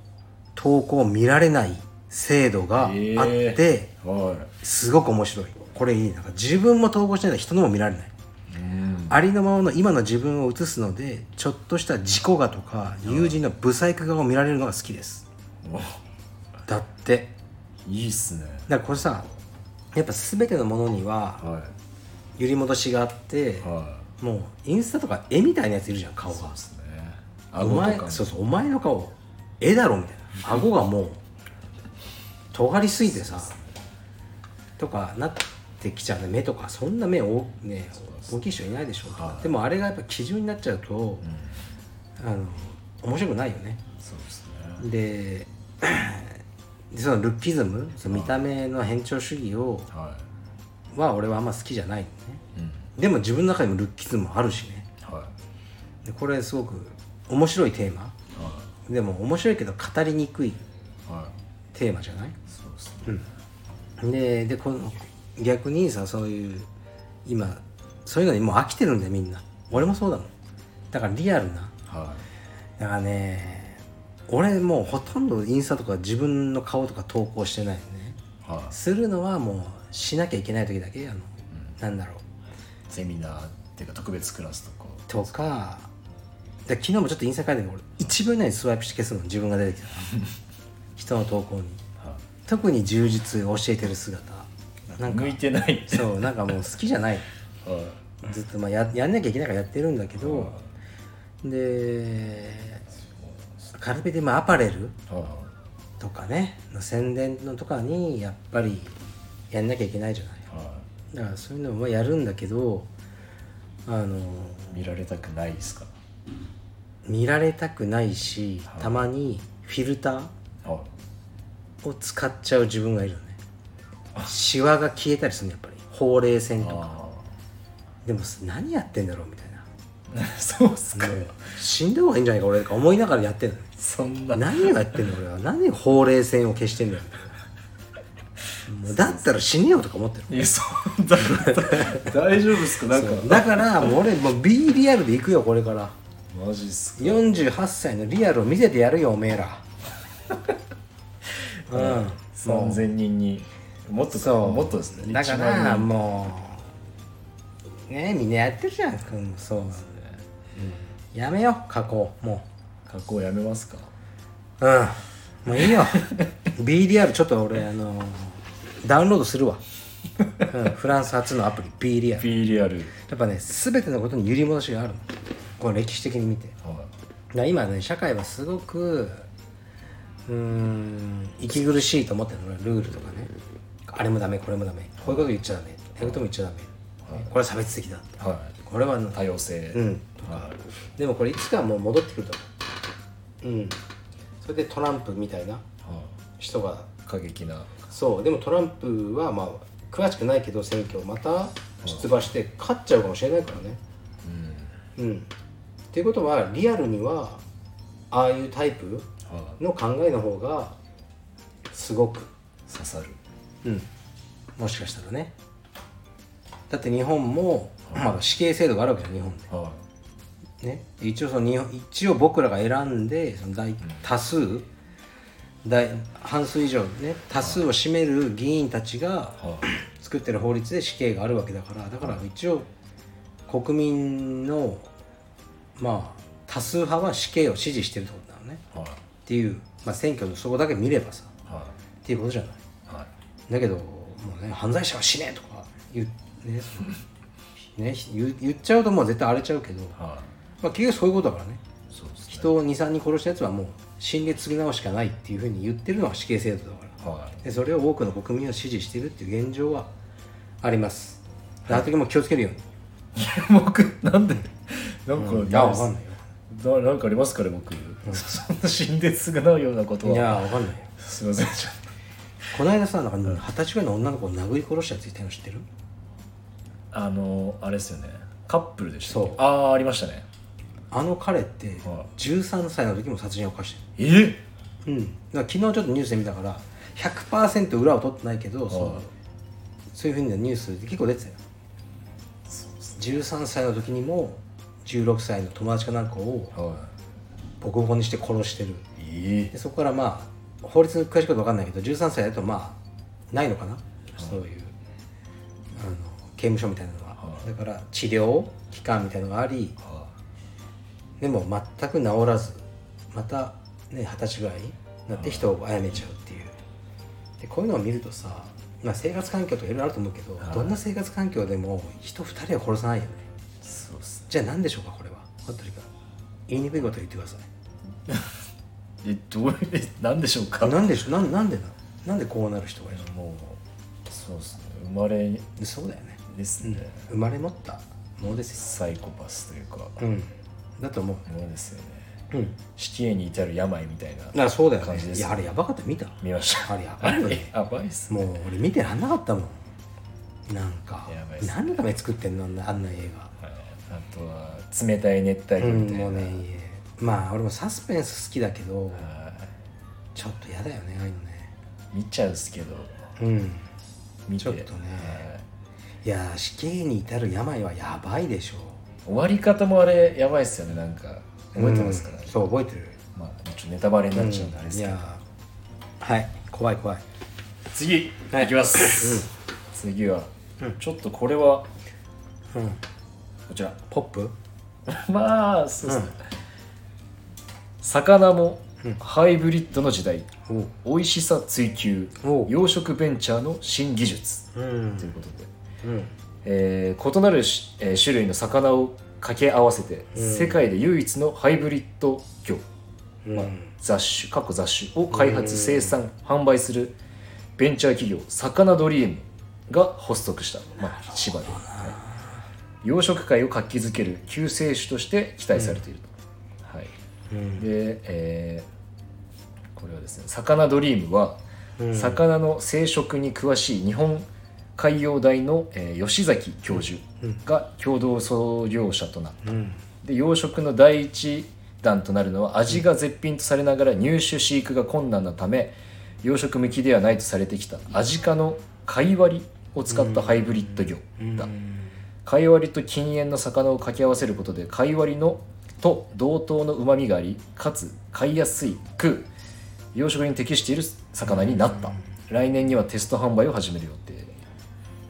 Speaker 1: 投稿を見られない制度があっ
Speaker 2: え
Speaker 1: て、
Speaker 2: は
Speaker 1: すごく面白いこれいいなんか自分も投稿しないと人のも見られない
Speaker 2: いうん
Speaker 1: ありのままの今の自分を映すのでちょっとした事故画とか友人のブサイク画を見られるのが好きです
Speaker 2: うわ
Speaker 1: だって
Speaker 2: いいっすね
Speaker 1: だからこれさやっぱ全てのものには
Speaker 2: は
Speaker 1: 揺り戻しがあって
Speaker 2: いは
Speaker 1: もうインスタとか絵みたいなやついるじゃん顔
Speaker 2: いそう
Speaker 1: が
Speaker 2: ですね
Speaker 1: お
Speaker 2: 顎
Speaker 1: 前
Speaker 2: とか
Speaker 1: そうそうお前の顔絵だろみたいな顎がもう尖りすぎてさとかなってきちゃうね目とかそんな目を、ね、大きい人いないでしょとか、
Speaker 2: はい
Speaker 1: でもあれがやっぱ基準になっちゃうと、あの面白くないよね
Speaker 2: そうですね
Speaker 1: ででそのルッキズムその見た目の偏重主義を
Speaker 2: は
Speaker 1: は俺はあんま好きじゃないのね
Speaker 2: いうん
Speaker 1: でも自分の中にもルッキズムもあるしね
Speaker 2: はい
Speaker 1: でこれすごく面白いテーマ
Speaker 2: は
Speaker 1: でも面白いけど語りにくい
Speaker 2: いは
Speaker 1: テーマじゃない
Speaker 2: いそうですね
Speaker 1: ででこの逆にさそういう今そういうのにもう飽きてるんだよみんな俺もそうだもんだからリアルな
Speaker 2: は
Speaker 1: だからね俺もうほとんどインスタとか自分の顔とか投稿してないよね
Speaker 2: いは
Speaker 1: するのはもうしなきゃいけない時だけあの、なんだろう
Speaker 2: いセミナーっていうか特別クラス
Speaker 1: と
Speaker 2: とか
Speaker 1: かで昨日もちょっとインスタ書いたけど俺1秒以内にスワイプして消すの自分が出てきたから 人の投稿に
Speaker 2: は
Speaker 1: 特に充実教えてる姿
Speaker 2: い
Speaker 1: なんか
Speaker 2: 向いてないって
Speaker 1: そうなんかもう好きじゃない
Speaker 2: は
Speaker 1: ずっとまあややんなきゃいけないからやってるんだけ
Speaker 2: い
Speaker 1: ど
Speaker 2: は
Speaker 1: で
Speaker 2: い
Speaker 1: カルペディウムアパレル
Speaker 2: あ
Speaker 1: とかねの宣伝のとかにやっぱりやんなきゃいけないじゃない
Speaker 2: あは
Speaker 1: だからそういうのもやるんだけどあの
Speaker 2: い見られたくないですか
Speaker 1: 見られたくないし
Speaker 2: はい
Speaker 1: たまにフィルタ
Speaker 2: は
Speaker 1: ーを使っちゃう自分がいるのねシワが消えたりするのやっぱりほうれい線
Speaker 2: い
Speaker 1: とか
Speaker 2: あ
Speaker 1: でも何やってんだろうみたいな
Speaker 2: あ そうっすか、
Speaker 1: もう死んだ方がいいんじゃないか俺とか思いながらやってんのね
Speaker 2: そんな
Speaker 1: 何をやってんの俺は何でほうれい線を消してんだよみたいなもうだったら死ねよとか思ってる
Speaker 2: いやそんな大丈夫っすかなんか
Speaker 1: そうだからもう俺もう B リアルで行くよこれから
Speaker 2: マジっすか
Speaker 1: 48歳のリアルを見せてやるよおめえらうん
Speaker 2: 3000人にもっと
Speaker 1: そう
Speaker 2: もっとですね
Speaker 1: だか
Speaker 2: 1
Speaker 1: ら
Speaker 2: 万人
Speaker 1: もうねみんなやってるじゃんうんそう、うん、やめよ加工も
Speaker 2: 加工やめますか
Speaker 1: ううんもういいよ BDR ちょっと俺あのダウンロードするわ、うん、フランス初のアプリ BDR や
Speaker 2: B リアル、
Speaker 1: っぱね全てのことに揺り戻しがあるのこれ歴史的に見て
Speaker 2: は
Speaker 1: だから今ね社会はすごくうーん息苦しいと思ってるのねルールとかねあれもダメこれもダメこういうこと言っちゃダメこういうことも言っちゃダメ、これは差別的だ
Speaker 2: い、はい、
Speaker 1: これはなんか
Speaker 2: 多様性、
Speaker 1: うん
Speaker 2: はい、
Speaker 1: でもこれいつかはもう戻ってくると思ううんそれでトランプみたいな
Speaker 2: は
Speaker 1: 人が
Speaker 2: い、過激な
Speaker 1: そうでもトランプはまあ詳しくないけど選挙また出馬して勝っちゃうかもしれないからねうん、っていうことはリアルにはああいうタイプ
Speaker 2: は
Speaker 1: の考えの方がすごく、
Speaker 2: い、刺さる
Speaker 1: うん、もしかしたらねだって日本も、まあ、死刑制度があるわけじゃん日本で、
Speaker 2: は
Speaker 1: ね、一応その日本一応僕らが選んでその大多数大半数以上ね多数を占める議員たちが
Speaker 2: いは
Speaker 1: 作ってる法律で死刑があるわけだからだから一応国民のまあ多数派は死刑を支持してるってことなのね
Speaker 2: いはい
Speaker 1: っていう、まあ、選挙のそこだけ見ればさ
Speaker 2: は
Speaker 1: っていうことじゃない
Speaker 2: いはい
Speaker 1: だけどもうね犯罪者は死ねとか言,、ね そのね、言言っちゃうともう絶対荒れちゃうけど、
Speaker 2: は
Speaker 1: まあ、結局そういうことだからね
Speaker 2: いそうですね
Speaker 1: 人を23人殺したやつはもう死んで償うしかないっていうふうに言ってるのが死刑制度だから
Speaker 2: は
Speaker 1: でそれを多くの国民は支持しているっていう現状はありますだから時も気をつけるように
Speaker 2: いいや僕なんでなんか、
Speaker 1: いやわかんない
Speaker 2: ななんかありますかね僕、そんな死んで償うようなこと
Speaker 1: よい
Speaker 2: は
Speaker 1: やわかんないよ
Speaker 2: すいませんちょっ
Speaker 1: この間さなんか二十歳ぐらいの女の子を殴り殺したやついたの知ってる
Speaker 2: とあのあれですよねカップルでしたっけ
Speaker 1: そう
Speaker 2: ああありましたね
Speaker 1: あの彼って
Speaker 2: は
Speaker 1: 13歳の時も殺人を犯してる
Speaker 2: え
Speaker 1: うん、だから昨日ちょっとニュースで見たから100%裏を取ってないけどそ
Speaker 2: は
Speaker 1: う
Speaker 2: い
Speaker 1: そういうふうなニュースで結構出てたよ13歳の時にも16歳の友達かなんかを
Speaker 2: は
Speaker 1: ボコボコにして殺してる
Speaker 2: いえ
Speaker 1: でそこからまあ法律の詳しいこと分かんないけど13歳だとまあないのかな、そういうあの刑務所みたいなのは、
Speaker 2: は
Speaker 1: だから治療期間みたいなのがあり
Speaker 2: は
Speaker 1: でも全く治らずまたね二十歳ぐらいになって人を殺めちゃうっていうでこういうのを見るとさ、まあ、生活環境とかいろいろあると思うけど、
Speaker 2: はい
Speaker 1: どんな生活環境でも人二人は殺さないよね
Speaker 2: いそうっすね
Speaker 1: じゃあ何でしょうかこれは服部君言いにくいこと言ってください
Speaker 2: えどうえなんでしょうか
Speaker 1: 何でしょなんなんでなのなんでこうなる人がいる
Speaker 2: もうそうですね生まれ
Speaker 1: のそうだよね
Speaker 2: ですね、
Speaker 1: 生まれ持ったものです
Speaker 2: サイコパスというか
Speaker 1: よ、うん、だと思
Speaker 2: ものですよね
Speaker 1: う、うん、
Speaker 2: 死刑に至る病みたいな
Speaker 1: だからそうだよ
Speaker 2: 感じ
Speaker 1: ね
Speaker 2: で
Speaker 1: い
Speaker 2: す
Speaker 1: やあれやばかった見た
Speaker 2: 見ました
Speaker 1: あれやばいよね
Speaker 2: やばいっす
Speaker 1: もう俺見てらんなかったもんなんか
Speaker 2: やばいっす
Speaker 1: 何のために作ってんのあんなあんな映画
Speaker 2: はいあとは冷たい熱帯
Speaker 1: う
Speaker 2: 魚
Speaker 1: ん
Speaker 2: みたいな、
Speaker 1: もうねいいえまあ俺もサスペンス好きだけど
Speaker 2: は
Speaker 1: ちょっと嫌だよねああいうのね
Speaker 2: い見ちゃうっすけど
Speaker 1: うん
Speaker 2: 見て
Speaker 1: ちょっとね
Speaker 2: はい
Speaker 1: いやー死刑に至る病はやばいでしょ
Speaker 2: 終わり方もあれやばいっすよねなんか覚えてますから、
Speaker 1: うんそう覚えてる
Speaker 2: まあちょっとネタバレになっちゃうんであれ
Speaker 1: う
Speaker 2: で
Speaker 1: ん
Speaker 2: す
Speaker 1: い
Speaker 2: けど、
Speaker 1: やーはい怖い怖い
Speaker 2: 次、
Speaker 1: はい
Speaker 2: い、きます、次は、ちょっとこれは
Speaker 1: うん
Speaker 2: こちら
Speaker 1: ポップ
Speaker 2: まあそうですね、魚もハイブリッドの時代、
Speaker 1: おう
Speaker 2: 美味しさ追求
Speaker 1: おう
Speaker 2: 養殖ベンチャーの新技術
Speaker 1: うん
Speaker 2: ということで、
Speaker 1: うん
Speaker 2: えー異なるし、えー種類の魚を掛け合わせて、世界で唯一のハイブリッド魚
Speaker 1: う
Speaker 2: まあ、雑種過去雑種を開発生産販売するベンチャー企業サカナドリームが発足した、まあ、千葉で、はい養殖界を活気づける救世主として期待されていると、はいで、えーこれはですね「サカナドリームは」魚の生殖に詳しい日本海洋大の、えー吉崎教授が共同創業者となった、で養殖の第一弾となるのは味が絶品とされながら入手飼育が困難なため養殖向きではないとされてきたアジ科の貝割りを使ったハイブリッド魚だ、貝割りと禁煙の魚を掛け合わせることで貝割りのと同等のうまみがありかつ買いやすいく養殖に適している魚になった、来年にはテスト販売を始める予定、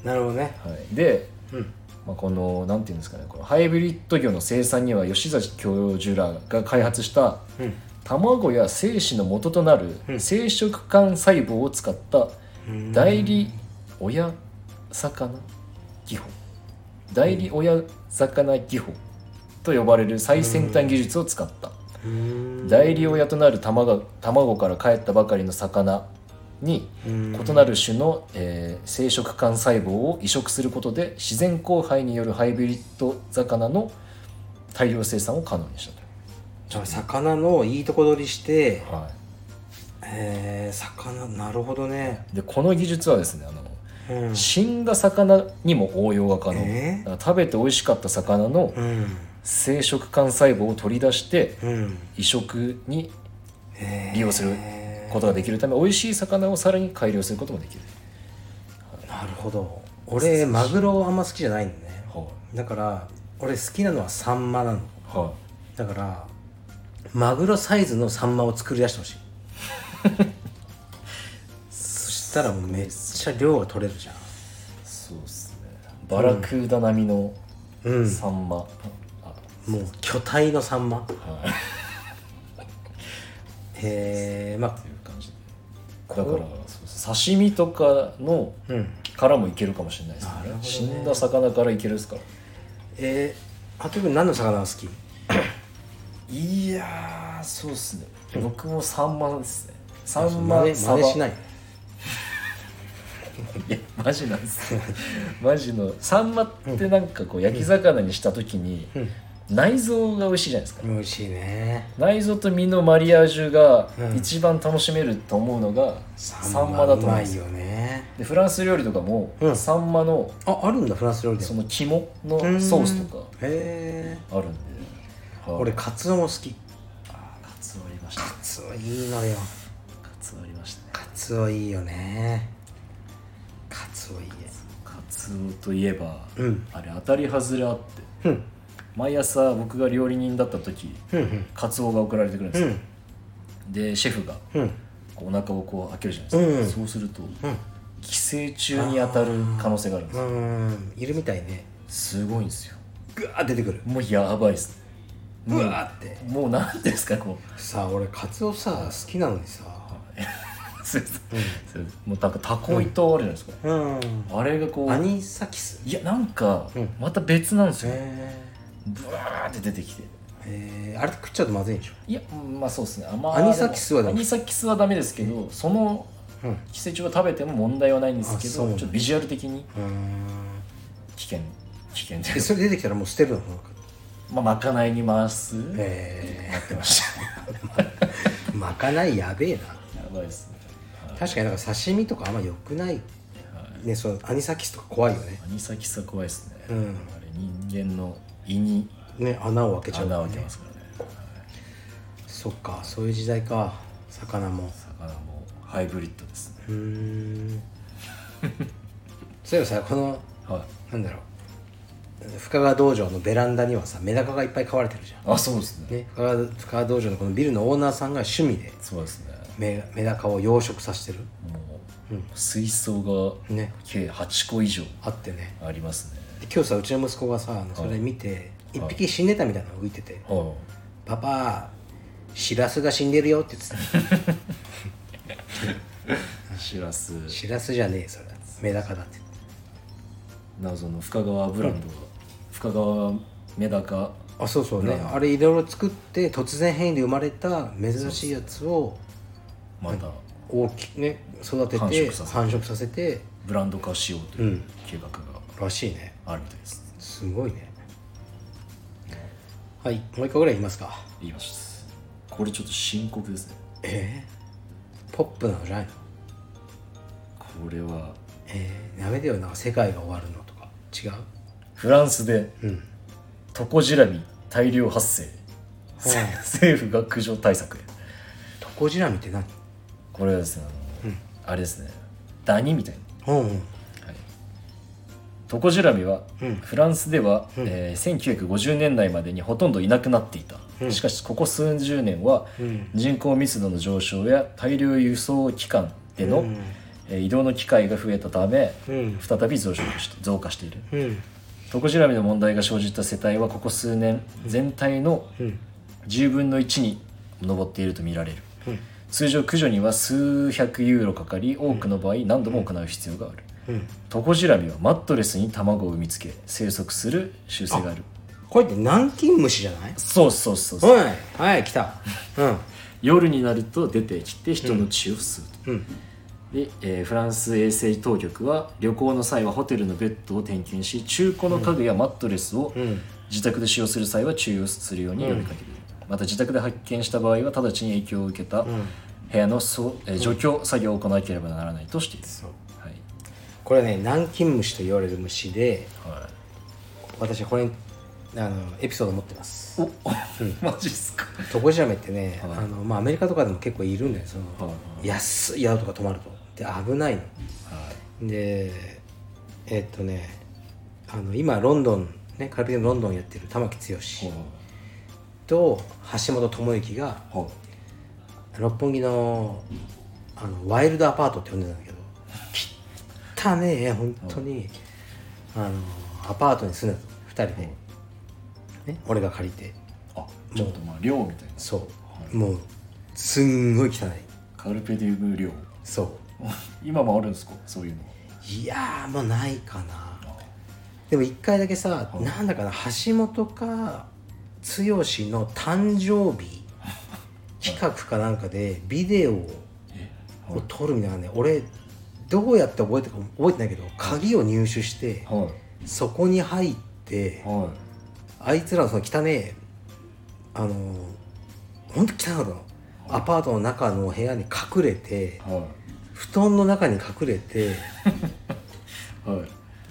Speaker 1: なるほどね
Speaker 2: はい、で、
Speaker 1: うん
Speaker 2: まあ、このなんていうんですかねこのハイブリッド魚の生産には吉崎教授らが開発した
Speaker 1: うん
Speaker 2: 卵や精子の元となる生殖管細胞を使った
Speaker 1: うん
Speaker 2: 代理親魚技法代理親魚技法と呼ばれる最先端技術を使った
Speaker 1: うん
Speaker 2: 代理親となる卵が卵から帰ったばかりの魚に異なる種の、えー生殖管細胞を移植することで自然交配によるハイブリッド魚の大量生産を可能にした
Speaker 1: じゃあ魚のいいとこ取りして
Speaker 2: と、は
Speaker 1: えー、魚なるほどね、
Speaker 2: い、でこの技術はですねあの
Speaker 1: うん
Speaker 2: 死んだ魚にも応用が可能、
Speaker 1: えー
Speaker 2: だから食べて美味しかった魚の
Speaker 1: うん
Speaker 2: 生殖管細胞を取り出して
Speaker 1: うん
Speaker 2: 移植に
Speaker 1: えー
Speaker 2: 利用することができるため美味しい魚をさらに改良することもできる、
Speaker 1: なるほど俺マグロあんま好きじゃないのね
Speaker 2: はい
Speaker 1: だから俺好きなのはサンマなの
Speaker 2: は
Speaker 1: だからマグロサイズのサンマを作り出して ほしいそしたらもうめっちゃ量が取れるじゃん
Speaker 2: い、そうですねバラクーダ並みの
Speaker 1: うん
Speaker 2: サンマ、あ
Speaker 1: もう巨体のサンマ
Speaker 2: はい
Speaker 1: えー、まあ
Speaker 2: っていう感じでだからそうそう刺身とかの
Speaker 1: うん
Speaker 2: からもいけるかもしれないですね
Speaker 1: なるほどね
Speaker 2: 死んだ魚からいけるですから
Speaker 1: えー、ハト君何の魚が好き
Speaker 2: いやーそうっすね僕もサンマですねサン
Speaker 1: 真
Speaker 2: マ
Speaker 1: 似
Speaker 2: サ
Speaker 1: 真
Speaker 2: バ
Speaker 1: 似しないい
Speaker 2: やマジなんです よマジのサンマってなんかこう焼き魚にした時に
Speaker 1: うん
Speaker 2: 内臓が美味しいじゃないですか
Speaker 1: 美味しいね
Speaker 2: 内臓と身のマリアージュが
Speaker 1: うん
Speaker 2: 一番楽しめると思うのがサンマだと
Speaker 1: う
Speaker 2: 思うん
Speaker 1: ま
Speaker 2: です
Speaker 1: い
Speaker 2: よ
Speaker 1: よね
Speaker 2: でフランス料理とかも
Speaker 1: うん
Speaker 2: サンマの
Speaker 1: ああるんだフランス料理で
Speaker 2: そ
Speaker 1: も
Speaker 2: の肝のソースとか
Speaker 1: へえ
Speaker 2: あるんで、はい
Speaker 1: 俺カツオも好きカ
Speaker 2: カツオありましたカ
Speaker 1: ツオいいのよ
Speaker 2: ツオありましたね
Speaker 1: カツオいいよねカツオいいね
Speaker 2: カツオといえば、
Speaker 1: うん
Speaker 2: あれ当たり外れあって
Speaker 1: うん
Speaker 2: 毎朝僕が料理人だった時
Speaker 1: うん
Speaker 2: カツオが送られてくるんです
Speaker 1: う
Speaker 2: よ、
Speaker 1: ん
Speaker 2: でシェフが
Speaker 1: うん
Speaker 2: こうお腹をこう開けるじゃないですか、そうすると、寄生虫に当たる可能性があるんです
Speaker 1: う
Speaker 2: よ
Speaker 1: んいるみたいね
Speaker 2: すごいんですよ
Speaker 1: ぐわー出てくる
Speaker 2: もうやばいです
Speaker 1: うわーって
Speaker 2: もうなんていうんですかこう
Speaker 1: さあ俺カツオさ好きなのにさ
Speaker 2: すいませんもうなんかタコ糸あるじゃないですか、
Speaker 1: うん
Speaker 2: あれがこ
Speaker 1: ア
Speaker 2: う
Speaker 1: ニサキス
Speaker 2: いやなんか
Speaker 1: うん
Speaker 2: また別なんですよ、
Speaker 1: へ
Speaker 2: ブワーって出てきて
Speaker 1: えへえあれ食っちゃうとまずいんでしょ
Speaker 2: いやまあそうですね甘
Speaker 1: アニサキスはダメ
Speaker 2: ダメアニサキスはダメですけどその
Speaker 1: うん
Speaker 2: 寄生虫が食べても問題はないんですけ
Speaker 1: あそう
Speaker 2: ど
Speaker 1: なんだ
Speaker 2: ちょっとビジュアル的
Speaker 1: う
Speaker 2: に
Speaker 1: ん
Speaker 2: 危険危険
Speaker 1: え
Speaker 2: です
Speaker 1: それ出てきたらもう捨てるの
Speaker 2: まあまかないに回すなっ
Speaker 1: え
Speaker 2: てま したね
Speaker 1: ー、まかないやべえな
Speaker 2: やばいですね
Speaker 1: 確かになんか刺身とかあんま良くないねそのアニサキスとか怖いよね
Speaker 2: アニサキスは怖いですね、
Speaker 1: うん
Speaker 2: あれ人間の胃に
Speaker 1: ね穴を開けちゃう
Speaker 2: 穴
Speaker 1: から
Speaker 2: を開
Speaker 1: ね
Speaker 2: けますからね
Speaker 1: そっかそういう時代か魚も
Speaker 2: 魚もハイブリッドですね
Speaker 1: うーんそういえばさこの
Speaker 2: はい
Speaker 1: なんだろう深川道場のベランダにはさメダカがいっぱい飼われてるじゃ
Speaker 2: あそうですね
Speaker 1: ん、ね、深川深川道場のこのビルのオーナーさんが趣味で
Speaker 2: そうですね
Speaker 1: メメダカを養殖させてる
Speaker 2: もう、水槽が
Speaker 1: ね
Speaker 2: 計8個以上
Speaker 1: あってね
Speaker 2: ありますね
Speaker 1: で今日さうちの息子がさそれ見て一匹死んでたみたいなの浮いてて
Speaker 2: は
Speaker 1: 「パパシラスが死んでるよ」って言ってた
Speaker 2: いしら
Speaker 1: 「
Speaker 2: す
Speaker 1: シラスじゃねえそれメダカだ」って言って
Speaker 2: 謎の深川ブランドが、深川メダカ
Speaker 1: あそうそうねあれいろいろ作って突然変異で生まれた珍しいやつを
Speaker 2: また
Speaker 1: 大きくね育てて
Speaker 2: 繁殖させて
Speaker 1: 繁殖させて
Speaker 2: ブランド化しようと
Speaker 1: う
Speaker 2: いうん計画が
Speaker 1: らしいね
Speaker 2: あるみたいです、
Speaker 1: すごいねはいもう一個ぐらい言いますか
Speaker 2: 言いましたこれちょっと深刻ですね
Speaker 1: えー、ポップなのじゃないの
Speaker 2: これは
Speaker 1: えー、やめてよなんか世界が終わるのとか違う
Speaker 2: フランスで
Speaker 1: うん
Speaker 2: トコジラミ大量発生、 政府が苦情対策へ
Speaker 1: トコジラミって何
Speaker 2: これはですねあの、あれですねダニみたいな
Speaker 1: うんうん
Speaker 2: トコジラミは
Speaker 1: うん
Speaker 2: フランスでは、えー1950年代までにほとんどいなくなっていた、
Speaker 1: うん
Speaker 2: しかしここ数十年は
Speaker 1: うん
Speaker 2: 人口密度の上昇や大量輸送機関での、
Speaker 1: うん
Speaker 2: えー移動の機会が増えたため
Speaker 1: うん
Speaker 2: 再び増殖して増加している
Speaker 1: うん
Speaker 2: トコジラミの問題が生じた世帯はここ数年全体の
Speaker 1: うん
Speaker 2: 10分の1に上っていると見られる
Speaker 1: うん
Speaker 2: 通常駆除には数百ユーロかかり多くの場合何度も行う必要がある
Speaker 1: うん
Speaker 2: トコジラミはマットレスに卵を産みつけ生息する習性がある
Speaker 1: これって南京虫じゃない
Speaker 2: そうそうそうそう
Speaker 1: はいはい来たうん
Speaker 2: 夜になると出てきて人の血を吸うと、
Speaker 1: うん
Speaker 2: で、えーフランス衛生当局は旅行の際はホテルのベッドを点検し中古の家具やマットレスを
Speaker 1: ん
Speaker 2: 自宅で使用する際は注意をするように呼びかける、また自宅で発見した場合は直ちに影響を受けた部屋のそう、えー除去作業を行わなければならないとしている、
Speaker 1: そう
Speaker 2: はい
Speaker 1: これはね南京虫と言われる虫で
Speaker 2: はい、
Speaker 1: 私はこれあのエピソード持ってます
Speaker 2: お、 マジっすか
Speaker 1: トコジラミってね、
Speaker 2: はい
Speaker 1: あのまあ、アメリカとかでも結構いるんだよその、
Speaker 2: は
Speaker 1: 安い宿とか泊まるとで危ないの
Speaker 2: はい
Speaker 1: でえっとねあの今ロンドンねカルビデムロンドンやってる玉木剛と橋本智之が
Speaker 2: はい
Speaker 1: 六本木のあのワイルドアパートって呼んでたんだけど汚ねえ本当に、あのアパートに住んでた2人で、ね、俺が借りて
Speaker 2: あちょっとまあ量みたいな
Speaker 1: そう、もうすんごい汚い
Speaker 2: カルペディウム量
Speaker 1: そう
Speaker 2: 今もあるんですかそういうの
Speaker 1: いやーもうないかなでも一回だけさ、なんだかな橋本か剛の誕生 日企画かなんかでビデオを
Speaker 2: え
Speaker 1: を撮るみたいなね俺どうやって覚えてか覚えてないけど鍵を入手して
Speaker 2: は
Speaker 1: そこに入って
Speaker 2: いは
Speaker 1: あいつらのその汚ねあのほんと汚かったのアパートの中の部屋に隠れて
Speaker 2: いは
Speaker 1: 布団の中に隠れて
Speaker 2: いは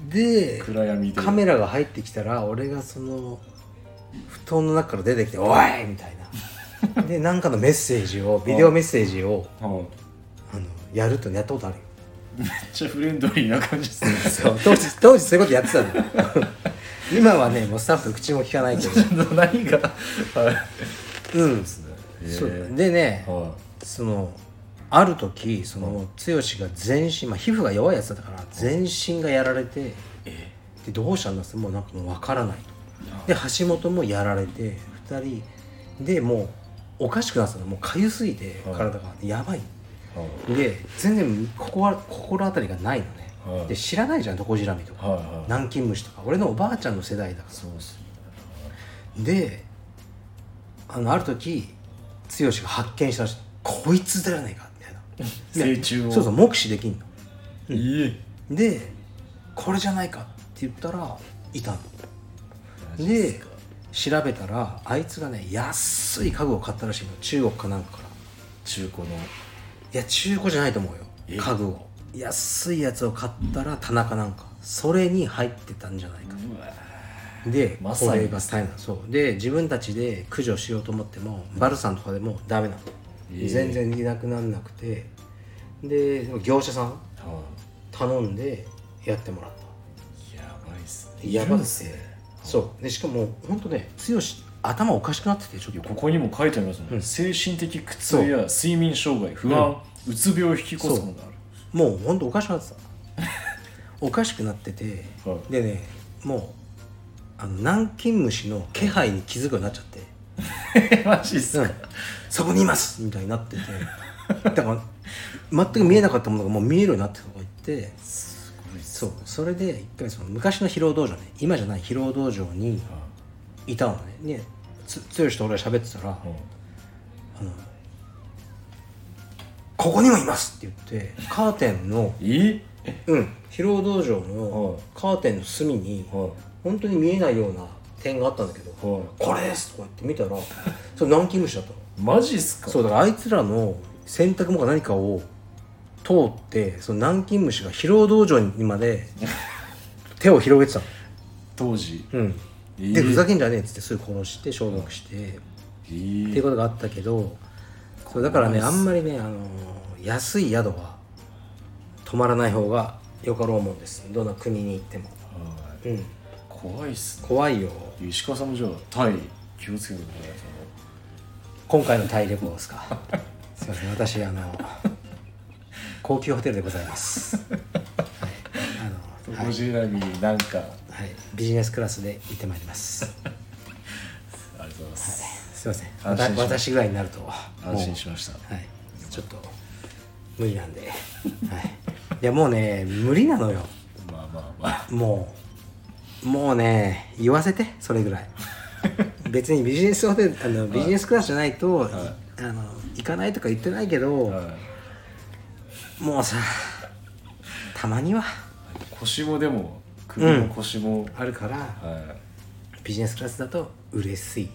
Speaker 2: い
Speaker 1: で
Speaker 2: 暗闇で
Speaker 1: カメラが入ってきたら俺がその布団の中から出てきて「おい!」みたいなで何かのメッセージをビデオメッセージを
Speaker 2: はい
Speaker 1: あのやるとやったことあるよ
Speaker 2: めっちゃフレンドリーな感じですね
Speaker 1: そう当時当時そういうことやってたんだよ 今はねもうスタッフ口も聞かないけど
Speaker 2: 何がはい
Speaker 1: うん
Speaker 2: そ
Speaker 1: そうう
Speaker 2: ですね
Speaker 1: でね
Speaker 2: へーは
Speaker 1: そのある時その剛が全身、まあ、皮膚が弱いやつだったから全身がやられて
Speaker 2: え
Speaker 1: でどうしたんだっつってもうなんかもう分からないとで橋本もやられて2人でもうおかしくなってたのもうかゆすぎて
Speaker 2: はい
Speaker 1: 体が、やばい
Speaker 2: い
Speaker 1: で全然ここは心当たりがないのね、
Speaker 2: はい
Speaker 1: で知らないじゃんトコジラミとか、
Speaker 2: はいはい
Speaker 1: 南京虫とか俺のおばあちゃんの世代だから
Speaker 2: そうっすね
Speaker 1: であのある時剛が発見したらしいこいつだよねえかみたいな
Speaker 2: 成虫を
Speaker 1: そうそう目視できんの
Speaker 2: いえ
Speaker 1: でこれじゃないかって言ったらいたの
Speaker 2: マジっす
Speaker 1: で
Speaker 2: か
Speaker 1: 調べたらあいつがね安い家具を買ったらしいの中国かなんかから
Speaker 2: 中古の
Speaker 1: いや中古じゃないと思う
Speaker 2: え
Speaker 1: よ家具を安いやつを買ったら棚かなんかそれに入ってたんじゃないか
Speaker 2: うわ
Speaker 1: で、
Speaker 2: まさに
Speaker 1: これが大変なのそうで自分たちで駆除しようと思ってもバルさんとかでもダメなの、
Speaker 2: ええ
Speaker 1: 全然いなくなんなくてででも業者さん
Speaker 2: は
Speaker 1: 頼んでやってもらっ
Speaker 2: いやばいっす
Speaker 1: た
Speaker 2: ね
Speaker 1: やば
Speaker 2: いるん
Speaker 1: く
Speaker 2: す
Speaker 1: て
Speaker 2: ね
Speaker 1: そうでしかも本当ね剛頭おかしくなっててちょっ
Speaker 2: い
Speaker 1: と
Speaker 2: やここにも書いてありますね、
Speaker 1: うん
Speaker 2: 精神的苦痛や睡眠障害不安、うつ病を引き起こすものがある
Speaker 1: もう本当おかしく なってたおかしくなってて、
Speaker 2: はい
Speaker 1: でねもうあの南京虫の気配に気づくようになっちゃって、
Speaker 2: マジっす
Speaker 1: うん、そこにいますみたいになっててだから全く見えなかったものがもう見えるようになってとか言って
Speaker 2: すごいっす
Speaker 1: そうそれで一回その昔の疲労道場ね今じゃない疲労道場に
Speaker 2: は
Speaker 1: いたのねねつ剛と俺が喋ってたら、ここにもいますって言ってカーテンの
Speaker 2: え
Speaker 1: うん疲労道場
Speaker 2: はい
Speaker 1: のカーテンの隅に
Speaker 2: はい
Speaker 1: 本当に見えないような点があったんだけど「
Speaker 2: はい
Speaker 1: これです!」とか言って見たらそれ南京虫だったの
Speaker 2: マジっすか
Speaker 1: そうだからあいつらの洗濯もか何かを通ってその南京虫が疲労道場にまで 手を広げてたの
Speaker 2: 当時
Speaker 1: うん
Speaker 2: え
Speaker 1: でふざけんじゃねえっつってすぐ殺して消毒して、
Speaker 2: え
Speaker 1: っ
Speaker 2: ー
Speaker 1: ていうことがあったけどそうだからねあんまりね、あのー安い宿は泊まらない方がよかろうもんですどんな国に行っても、
Speaker 2: はい
Speaker 1: うん、
Speaker 2: 怖いっすね
Speaker 1: 怖いよ
Speaker 2: 石川さんもじゃあタイ気をつけてください
Speaker 1: 今回のタイ旅行です かすいません私あの高級ホテルでございます、はいあ
Speaker 2: そ
Speaker 1: の
Speaker 2: の
Speaker 1: はい
Speaker 2: ゴジラになんか、
Speaker 1: はい、ビジネスクラスで行ってまいり ます
Speaker 2: ありがとうございます
Speaker 1: すいません
Speaker 2: 安心しました
Speaker 1: 私ぐらいになると
Speaker 2: 安
Speaker 1: も
Speaker 2: 心
Speaker 1: う
Speaker 2: しました
Speaker 1: はい、ちょっと無理なんで、はい、いやもうね無理なのよ
Speaker 2: まあまあまあ
Speaker 1: もうもうね言わせてそれぐらい別にビジネスホ テルあのビジネスクラスじゃないと、あの行かないとか言ってないけど、
Speaker 2: はい
Speaker 1: もうさたまには
Speaker 2: 腰もでも首の腰も、
Speaker 1: あるから
Speaker 2: は
Speaker 1: ビジネスクラスだと嬉しい
Speaker 2: い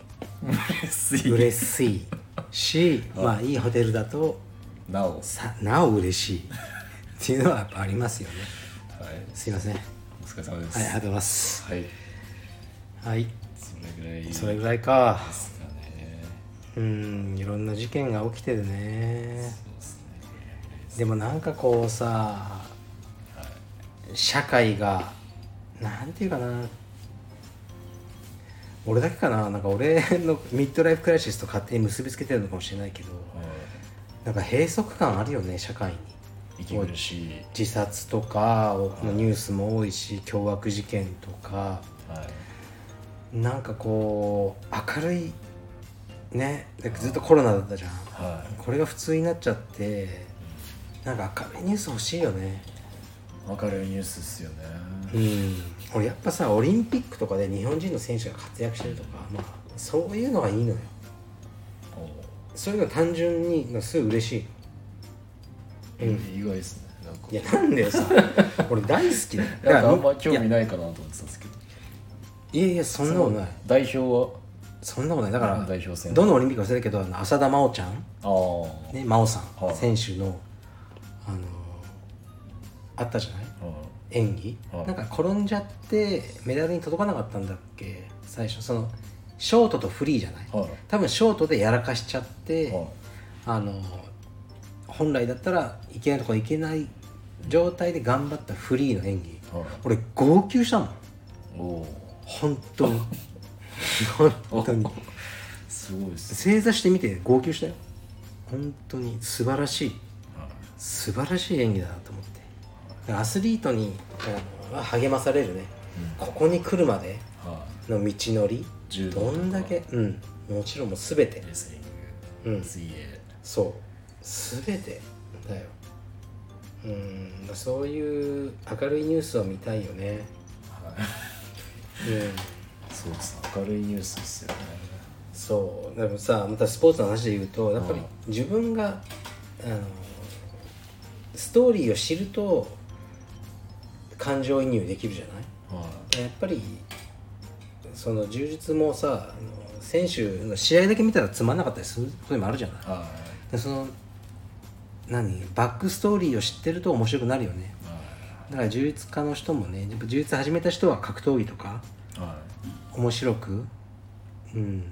Speaker 2: 嬉しい
Speaker 1: 嬉しいしまあいいホテルだと
Speaker 2: なお、はい、
Speaker 1: さなお嬉しいっていうのはやっぱありますよねすいません
Speaker 2: お疲れ様で
Speaker 1: はい、ありがとう
Speaker 2: す
Speaker 1: ございます。
Speaker 2: はい、
Speaker 1: はい、
Speaker 2: それぐらいです
Speaker 1: そ
Speaker 2: か
Speaker 1: れぐらいか。
Speaker 2: ね
Speaker 1: うん、いろんな事件が起きてるね。
Speaker 2: そうですね
Speaker 1: でもなんかこうさ、社会が、なんていうかな、俺だけかな、なんか俺のミッドライフクライシスと勝手に結びつけてるのかもしれないけど、
Speaker 2: はい
Speaker 1: なんか閉塞感あるよね、社会に。
Speaker 2: 息苦しい
Speaker 1: 自殺とかのニュースも多いし、凶悪事件とか。
Speaker 2: はい
Speaker 1: なんかこう明るいねでずっとコロナだったじゃん
Speaker 2: は
Speaker 1: これが普通になっちゃってなんか明るいニュース欲しいよね
Speaker 2: い明るいニュースっすよね
Speaker 1: うん俺やっぱさオリンピックとかで日本人の選手が活躍してるとかまあそういうのがいいのよ
Speaker 2: おう
Speaker 1: そういうの単純にのすごい嬉し
Speaker 2: 意外ですねなんか
Speaker 1: いいやなんで さ俺大好きだよだ
Speaker 2: なんかあんま
Speaker 1: み
Speaker 2: 興味ないかなと思ってたんですけど
Speaker 1: いやいやそんなことない
Speaker 2: 代表は
Speaker 1: そんなことないだから
Speaker 2: 代表戦
Speaker 1: どのオリンピックか忘れたけどあの浅田真央ちゃん
Speaker 2: ああ、
Speaker 1: ね、真央さん、
Speaker 2: はい
Speaker 1: 選手の、あのーあったじゃない
Speaker 2: うん
Speaker 1: 演技、
Speaker 2: はい
Speaker 1: なんか転んじゃってメダルに届かなかったんだっけ最初そのショートとフリーじゃない、
Speaker 2: はい
Speaker 1: 多分ショートでやらかしちゃって、
Speaker 2: はい
Speaker 1: あのー本来だったらいけないとこ行けない状態で頑張ったフリーの演技、
Speaker 2: はい
Speaker 1: 俺号泣したもん
Speaker 2: おお
Speaker 1: 本当 に本当に
Speaker 2: すごいっすね
Speaker 1: 正座してみて号泣したよ本当に素晴らしい素晴らしい演技だなと思ってアスリートにあの励まされるね、ここに来るまで
Speaker 2: は
Speaker 1: の道のり
Speaker 2: 柔道
Speaker 1: どんだけうんもちろんもう全て
Speaker 2: いレスリン
Speaker 1: う
Speaker 2: グ
Speaker 1: ん
Speaker 2: 水泳
Speaker 1: そう全てだようんそういう明るいニュースを見たいよねうん
Speaker 2: そうですね明るいニュースですよね
Speaker 1: そうでもさまたスポーツの話で言うとやっぱり
Speaker 2: うん
Speaker 1: 自分が、あのストーリーを知ると感情移入できるじゃない
Speaker 2: は
Speaker 1: やっぱりその柔術もさあの選手の試合だけ見たらつまんなかったりすることもあるじゃない
Speaker 2: いは
Speaker 1: でその何バックストーリーを知ってると面白くなるよね
Speaker 2: いは
Speaker 1: だから柔術家の人もねやっぱ柔術始めた人は格闘技とか
Speaker 2: いは
Speaker 1: 面白く、うん、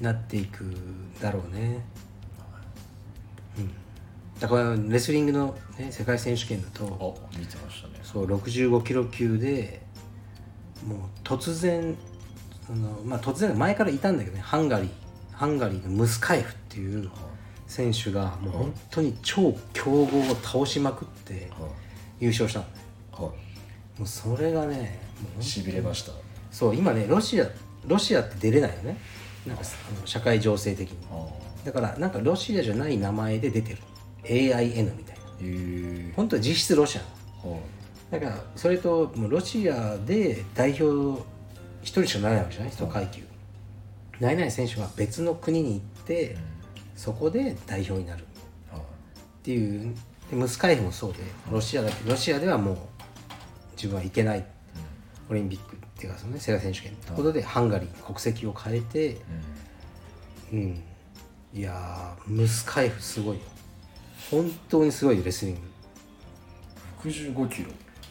Speaker 1: なっていくだろうね、うん、だからレスリングの、ね、世界選手権だ
Speaker 2: い
Speaker 1: と
Speaker 2: あ見てましたね
Speaker 1: そう65キロ級でもう突然あの、まあ、突然前からいたんだけどねハンガリーハンガリーのムスカエフっていう選手がもう本当に超強豪を倒しまくって
Speaker 2: はい
Speaker 1: 優勝したのね
Speaker 2: は
Speaker 1: もうそれがねもう
Speaker 2: いしびれました
Speaker 1: そう今ねロシアロシアって出れないよねなんかあの社会情勢的に
Speaker 2: ああ
Speaker 1: だからなんかロシアじゃない名前で出てる AIN みたいな
Speaker 2: へえ
Speaker 1: 本当は実質ロシアなの
Speaker 2: はい
Speaker 1: だからそれともうロシアで代表一人しかならないわけじゃない一階級何々選手が別の国に行って、そこで代表になるっていうでムスカエフもそうでロシアだけロシアではもう自分はいけないオリンピックっていうかその、ね、世界選手権ってことでハンガリー国籍を変えてうんいやームスカエフすごいよ本当にすごいよレスリン
Speaker 2: 65キロ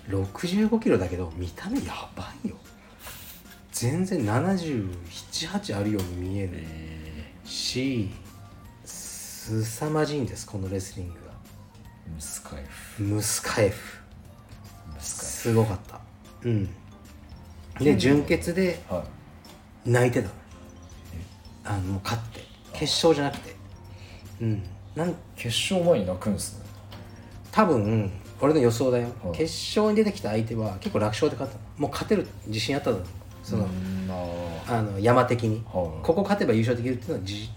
Speaker 1: グ6 5キロだけど見た目やばいよ全然778あるように見える
Speaker 2: え
Speaker 1: し凄まじいんですこのレスリングが
Speaker 2: ー、ムスカエフ
Speaker 1: ムスカエフ
Speaker 2: ムス
Speaker 1: すごかったうんで純潔で
Speaker 2: カエフはい
Speaker 1: 泣いてたのあのもう勝って決勝じゃなくてうんなん
Speaker 2: 決勝前に泣くんですね
Speaker 1: 多分俺の予想だよ、
Speaker 2: はい
Speaker 1: 決勝に出てきた相手は結構楽勝で勝ったのもう勝てる自信あっただろうその,、
Speaker 2: うんな
Speaker 1: あの山的に、
Speaker 2: はい
Speaker 1: ここ勝てば優勝できるっていうのは自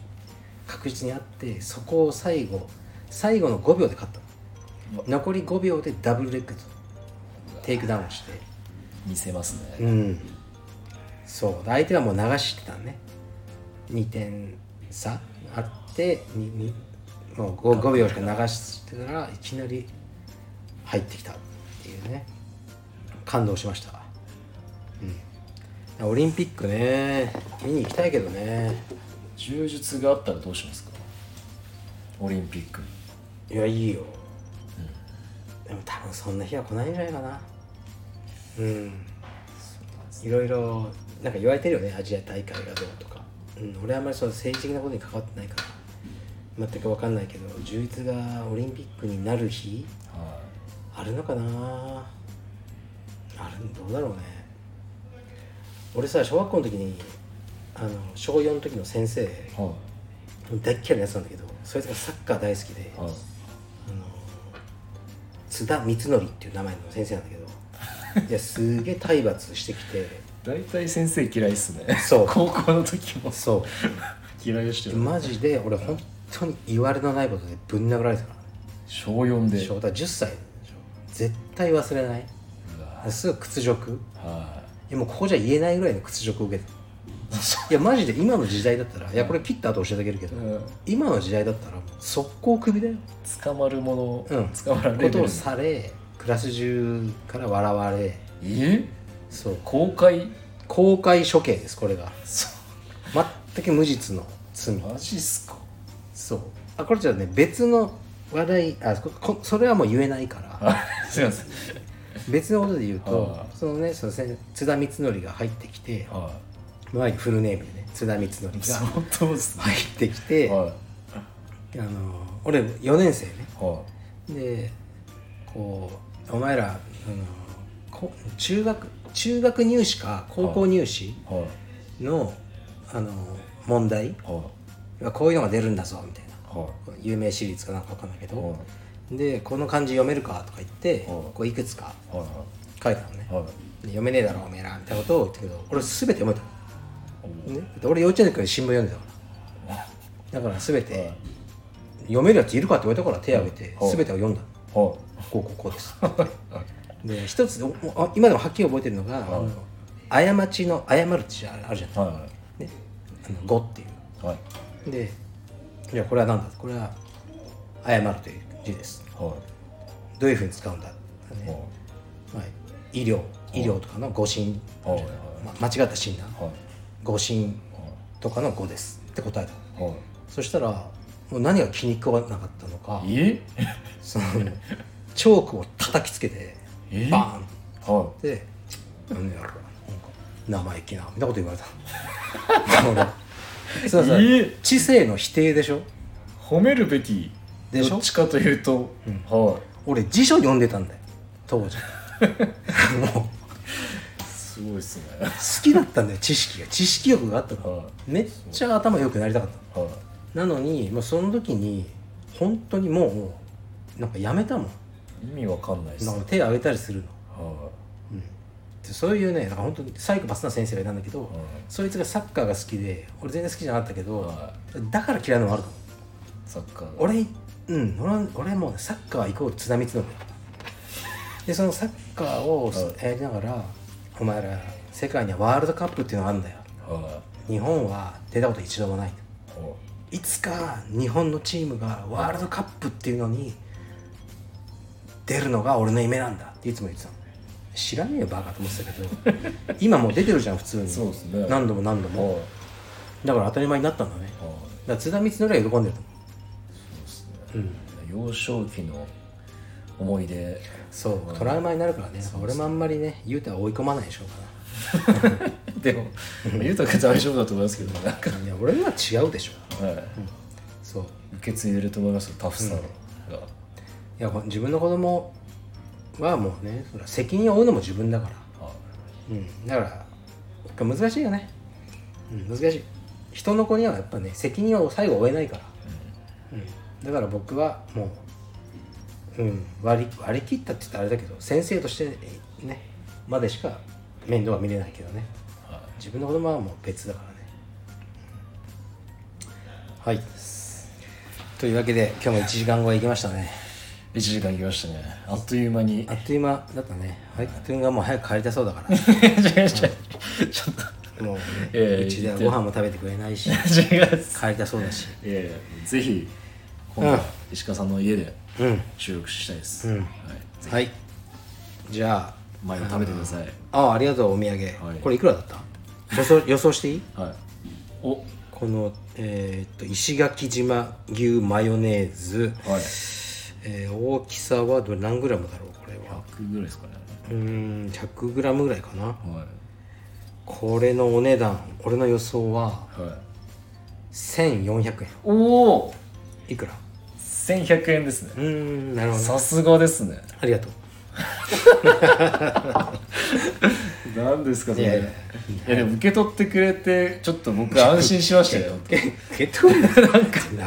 Speaker 1: 確実にあってそこを最後最後の5秒で勝ったの
Speaker 2: う
Speaker 1: 残り5秒でダブルレッグとテイクダウンして
Speaker 2: 見せます
Speaker 1: う
Speaker 2: ね
Speaker 1: んそう相手はもう流してたのね2点差あってににもう 5, 5秒しか流してたらいきなり入ってきたっていうね感動しましたうんオリンピックね見に行きたいけどね
Speaker 2: 柔術があったらどうしますかオリンピック
Speaker 1: いやいいよ、でも多分そんな日は来ないんじゃないかなうんいろいろなんか言われてるよねアジア大会がどうとか、うん、俺はあんまりその政治的なことに関わってないから全く分かんないけど充実がオリンピックになる日
Speaker 2: は
Speaker 1: あるのかなあるどうだろうね俺さ小学校の時にあの小4の時の先生
Speaker 2: いは
Speaker 1: 大っ嫌いなやつなんだけどそいつがサッカー大好きで
Speaker 2: い
Speaker 1: あ
Speaker 2: はい
Speaker 1: の津田光則っていう名前の先生なんだけ どいやすげえ体罰してきて
Speaker 2: 大体先生嫌いっすね
Speaker 1: そう
Speaker 2: 高校の時も
Speaker 1: そ
Speaker 2: 嫌いでした
Speaker 1: う
Speaker 2: よ
Speaker 1: マジで俺本当に言われのないことでぶん殴られてたからね
Speaker 2: 小4で
Speaker 1: 翔太10歳でしょ絶対忘れないう
Speaker 2: わ
Speaker 1: すぐ屈辱い
Speaker 2: は
Speaker 1: やもうここじゃ言えないぐらいの屈辱を受けて たいやマジで今の時代だったらいやこれ切った後教えてあげるけ
Speaker 2: い、
Speaker 1: ど、
Speaker 2: うん、
Speaker 1: 今の時代だったらもう速攻クビだよ
Speaker 2: 捕まるもの、
Speaker 1: うん
Speaker 2: 捕まるレ
Speaker 1: こ
Speaker 2: ベ
Speaker 1: と
Speaker 2: ル
Speaker 1: をされクラス中から笑われ
Speaker 2: え
Speaker 1: そう
Speaker 2: 公開
Speaker 1: 公開処刑ですこれが
Speaker 2: そ
Speaker 1: 全く無実の罪
Speaker 2: うマジっすか
Speaker 1: そうあこれじゃね別の話題あここそれはもう言えないから
Speaker 2: あすいません
Speaker 1: 別のことで言うと
Speaker 2: ああ
Speaker 1: そのねその先津田光則が入ってきて
Speaker 2: は
Speaker 1: 前にフルネームでね津田光則
Speaker 2: い
Speaker 1: が
Speaker 2: 相当っすね
Speaker 1: 入ってきて、
Speaker 2: は
Speaker 1: あの俺4年生ね
Speaker 2: いは
Speaker 1: でこうお前らあのこ中学中学入試か高校入試
Speaker 2: いはい
Speaker 1: のあの問題
Speaker 2: は
Speaker 1: こういうのが出るんだぞみたいない
Speaker 2: は
Speaker 1: 有名シリーズかなんかわかんないけ
Speaker 2: いはい
Speaker 1: ど、でこの漢字読めるかとか言って、
Speaker 2: うん
Speaker 1: こういくつか
Speaker 2: はい
Speaker 1: 書いたのね、
Speaker 2: はいはい
Speaker 1: で読めねえだろおめえらみたいなことを言ったけど俺全て読めた
Speaker 2: お
Speaker 1: の、ね、だって俺幼稚園の時から新聞読んでたからだから全て、
Speaker 2: はい
Speaker 1: 読めるやついるかって言われたから手挙げて、
Speaker 2: うん
Speaker 1: 全てを読んだの
Speaker 2: は
Speaker 1: こうこうこう ですで一つおお今でもはっきり覚えてるのが、あの過ちの謝るってあるじゃない、
Speaker 2: いは
Speaker 1: ね、あの語っていう
Speaker 2: いはい
Speaker 1: でいやこれは何だこれは謝るという字です
Speaker 2: は
Speaker 1: どういうふうに使うんだ、ね
Speaker 2: いはい
Speaker 1: まあ、医療医療とかの誤診、
Speaker 2: はいはい
Speaker 1: ま間違った診断
Speaker 2: はい
Speaker 1: 誤診とかの誤ですって答えた
Speaker 2: は
Speaker 1: そしたらもう何が気に食わなかったのか
Speaker 2: いえ
Speaker 1: そのチョークを叩きつけて
Speaker 2: え
Speaker 1: バーンっ
Speaker 2: は
Speaker 1: て「何やろなんか生意気な」みたいなこと言われたの俺そうそう
Speaker 2: え
Speaker 1: 知性の否定でしょ
Speaker 2: い褒めるべき
Speaker 1: でしょ
Speaker 2: どっちかというとは
Speaker 1: 俺辞書読んでたんだよ当時もう
Speaker 2: いすごいっすね
Speaker 1: 好きだったんだよ知識が知識欲があったの
Speaker 2: は
Speaker 1: めっちゃ頭良くなりたかった
Speaker 2: いはい
Speaker 1: なのにもうその時に本当にもうなんかやめたもん
Speaker 2: 意味わかんないっす
Speaker 1: なん
Speaker 2: ね
Speaker 1: か手挙げたりするの、
Speaker 2: は
Speaker 1: うん、でそういうねなんか本当にサイコパスな先生がいたんだけど、
Speaker 2: いはい
Speaker 1: そいつがサッカーが好きで俺全然好きじゃなかったけど、
Speaker 2: は
Speaker 1: だから嫌いなのもあると思
Speaker 2: いサッカー
Speaker 1: う俺うん俺は俺もうサッカーイコール津波つのでそのサッカーを
Speaker 2: はい
Speaker 1: やりながら、お前ら世界にはワールドカップっていうのがあるんだよ
Speaker 2: は
Speaker 1: 日本は出たこと一度もない
Speaker 2: お
Speaker 1: いつか日本のチームがワールドカップっていうのに出るのが俺の夢なんだっていつも言ってたの知らねえよバカと思ってた けど今もう出てるじゃん普通に
Speaker 2: そうですね
Speaker 1: 何度も何度
Speaker 2: お
Speaker 1: もだから当たり前になったんだねだか
Speaker 2: お
Speaker 1: ら津田光則は喜んでると思う
Speaker 2: 幼少期の思い出
Speaker 1: そうトラウマになるからね俺もあんまりね雄太は追い込まないでしょうか
Speaker 2: でも裕太君大丈夫だと思いますけどなん か、
Speaker 1: らいや俺のは違うでしょ
Speaker 2: はい、
Speaker 1: そう
Speaker 2: 受け継いでると思いますよタフさが、
Speaker 1: いや自分の子供はもうねそりゃ責任を負うのも自分だから
Speaker 2: あ
Speaker 1: うん、だから難しいよね、うん、難しい人の子にはやっぱね責任を最後負えないから、うんだから僕はもう、うん、割り割り切ったって言ったらあれだけど先生としてねまでしか面倒は見れないけどね
Speaker 2: は
Speaker 1: 自分の子供はもう別だからねはいというわけで今日も1時間後へ行きましたね
Speaker 2: い、1時間いきましたねあっという間に
Speaker 1: あっという間だったねあいくんがもう早く帰りたそうだから
Speaker 2: 違う違うちょっ
Speaker 1: もうね、
Speaker 2: いやい
Speaker 1: う
Speaker 2: や
Speaker 1: ちではご飯も食べてくれない し
Speaker 2: と違う
Speaker 1: 帰りたそうだし
Speaker 2: いやいやぜひ今
Speaker 1: うん
Speaker 2: 度石川さんの家で
Speaker 1: うん
Speaker 2: 収録したいです、
Speaker 1: うん
Speaker 2: はい、ぜ
Speaker 1: はいじゃ
Speaker 2: ひ前を食べてください、
Speaker 1: ああありがとうお土産、
Speaker 2: はい
Speaker 1: これいくらだった予想 予想していい
Speaker 2: はい、おは
Speaker 1: この、えーっと石垣島牛マヨネーズ、
Speaker 2: い
Speaker 1: えー大きさはどれ何グラムだろうこれは
Speaker 2: 100ぐらいですかね
Speaker 1: うーん100グラムぐらいかな
Speaker 2: は、
Speaker 1: これのお値段俺の予想はい
Speaker 2: はい、
Speaker 1: 1400円
Speaker 2: おお
Speaker 1: いくら
Speaker 2: 1100円ですね
Speaker 1: うーんなるほどね
Speaker 2: さすがですね
Speaker 1: ありがとう
Speaker 2: 何ですかそれ
Speaker 1: い
Speaker 2: い
Speaker 1: や
Speaker 2: や
Speaker 1: いや
Speaker 2: でも受け取ってくれてちょっと僕安心しましたよ
Speaker 1: 受け取るなんか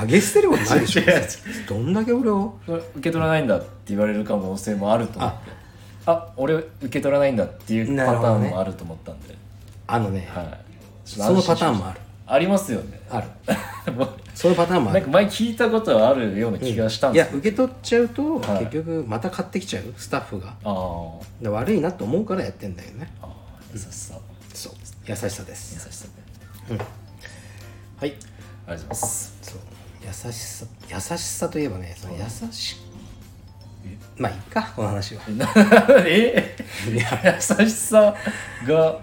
Speaker 1: 投げ捨てることないでしょ
Speaker 2: 違う違う
Speaker 1: どんだけ俺を
Speaker 2: それ受け取らないんだって言われる可能性もあると思ってあ俺受け取らないんだっていうパターンもあると思ったんで、
Speaker 1: あのね、
Speaker 2: はい
Speaker 1: そのパターン
Speaker 2: あ
Speaker 1: もある
Speaker 2: あります よね
Speaker 1: ある
Speaker 2: も
Speaker 1: そのパターン
Speaker 2: う
Speaker 1: もあ
Speaker 2: なん
Speaker 1: る
Speaker 2: か前聞いたことはあるような気がしたん
Speaker 1: い
Speaker 2: です
Speaker 1: や
Speaker 2: けど、
Speaker 1: 受け取っちゃうと、
Speaker 2: はい
Speaker 1: 結局また買ってきちゃうスタッフが
Speaker 2: あー
Speaker 1: で悪いなと思うからやってんだよね
Speaker 2: あー優しさ
Speaker 1: そう優しさで
Speaker 2: 優
Speaker 1: す
Speaker 2: しさね
Speaker 1: はい
Speaker 2: ありがとうございます
Speaker 1: そう優しさ優しさといえばねその優し
Speaker 2: え
Speaker 1: まあいいかこの話は
Speaker 2: え優しさが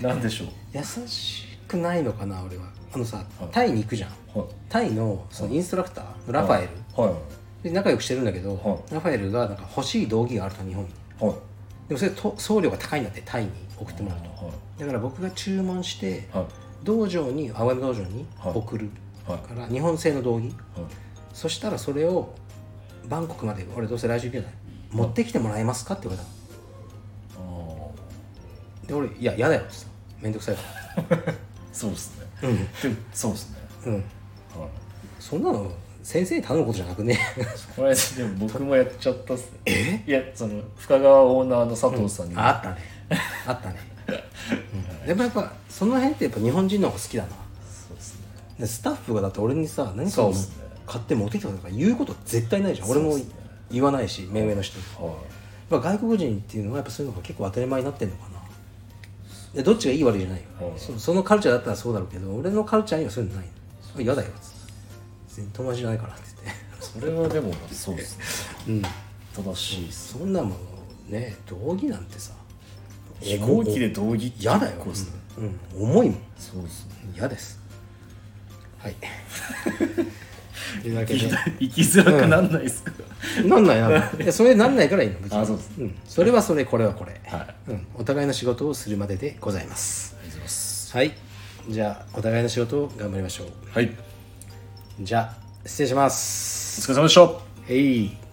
Speaker 2: 何でしょ
Speaker 1: 優しくないのかな俺はあのさ
Speaker 2: はい
Speaker 1: タイに行くじゃん
Speaker 2: うはい
Speaker 1: タイのそのインストラクターラファエル
Speaker 2: はい
Speaker 1: で仲良くしてるんだけど、
Speaker 2: は
Speaker 1: ラファエルがなんか欲しい道着があると日本に
Speaker 2: はい
Speaker 1: でもそれと送料が高いんだってタイに送ってもらうと
Speaker 2: は
Speaker 1: だから僕が注文して
Speaker 2: いはい
Speaker 1: 道場に泡の道場に
Speaker 2: はい
Speaker 1: 送る
Speaker 2: は
Speaker 1: か
Speaker 2: い
Speaker 1: ら日本製の道着
Speaker 2: はい
Speaker 1: そしたらそれをバンコクまで俺どうせ来週行くじゃない持ってきてもらえますかって言われた
Speaker 2: あー
Speaker 1: ので俺「いや嫌だよ」って言ったのめんどくさいか
Speaker 2: そうですね
Speaker 1: らうん
Speaker 2: でもそうですね
Speaker 1: うん
Speaker 2: はい
Speaker 1: そんなの先生に頼むことじゃなく ね
Speaker 2: これでも僕もやっちゃったっす
Speaker 1: え
Speaker 2: ねいやその深川オーナーの佐藤さんに、
Speaker 1: ああったねあったね、うん、でもやっぱその辺ってやっぱ日本人の方が好きだな
Speaker 2: そうですね
Speaker 1: でスタッフがだって俺にさ何かを
Speaker 2: そうっすね
Speaker 1: 買って持ってきたとか言うこと絶対ないじゃん、俺も
Speaker 2: そうっすね
Speaker 1: 言わないし目上の人に
Speaker 2: は
Speaker 1: やっぱ外国人っていうのはやっぱそういうのが結構当たり前になってるのかなでどっちがいい悪いじゃないよ、
Speaker 2: はい
Speaker 1: そそのカルチャーだったらそうだろうけど俺のカルチャーにはそういうのないの嫌だよっつって全然友達じゃないからって
Speaker 2: いそれはでもそうですね
Speaker 1: 言ってうん
Speaker 2: 正しいっす
Speaker 1: そんなもんね道義なんてさ
Speaker 2: 飛行機で道着って
Speaker 1: 嫌だよ
Speaker 2: 結構っすね
Speaker 1: うん、重いもん
Speaker 2: そうですね
Speaker 1: 嫌ですはいというわけ
Speaker 2: 行
Speaker 1: で
Speaker 2: きた い行きづらくなんないですか、
Speaker 1: なんないなんないいやそれなんないからいいの別に
Speaker 2: あそうです
Speaker 1: ん、それはそれこれはこれ、
Speaker 2: はいありがと
Speaker 1: うん、お互いの仕事をするまででございます
Speaker 2: うございます
Speaker 1: はいじゃあお互いの仕事を頑張りましょう
Speaker 2: はい
Speaker 1: じゃあ失礼します
Speaker 2: お疲れ様でした
Speaker 1: えい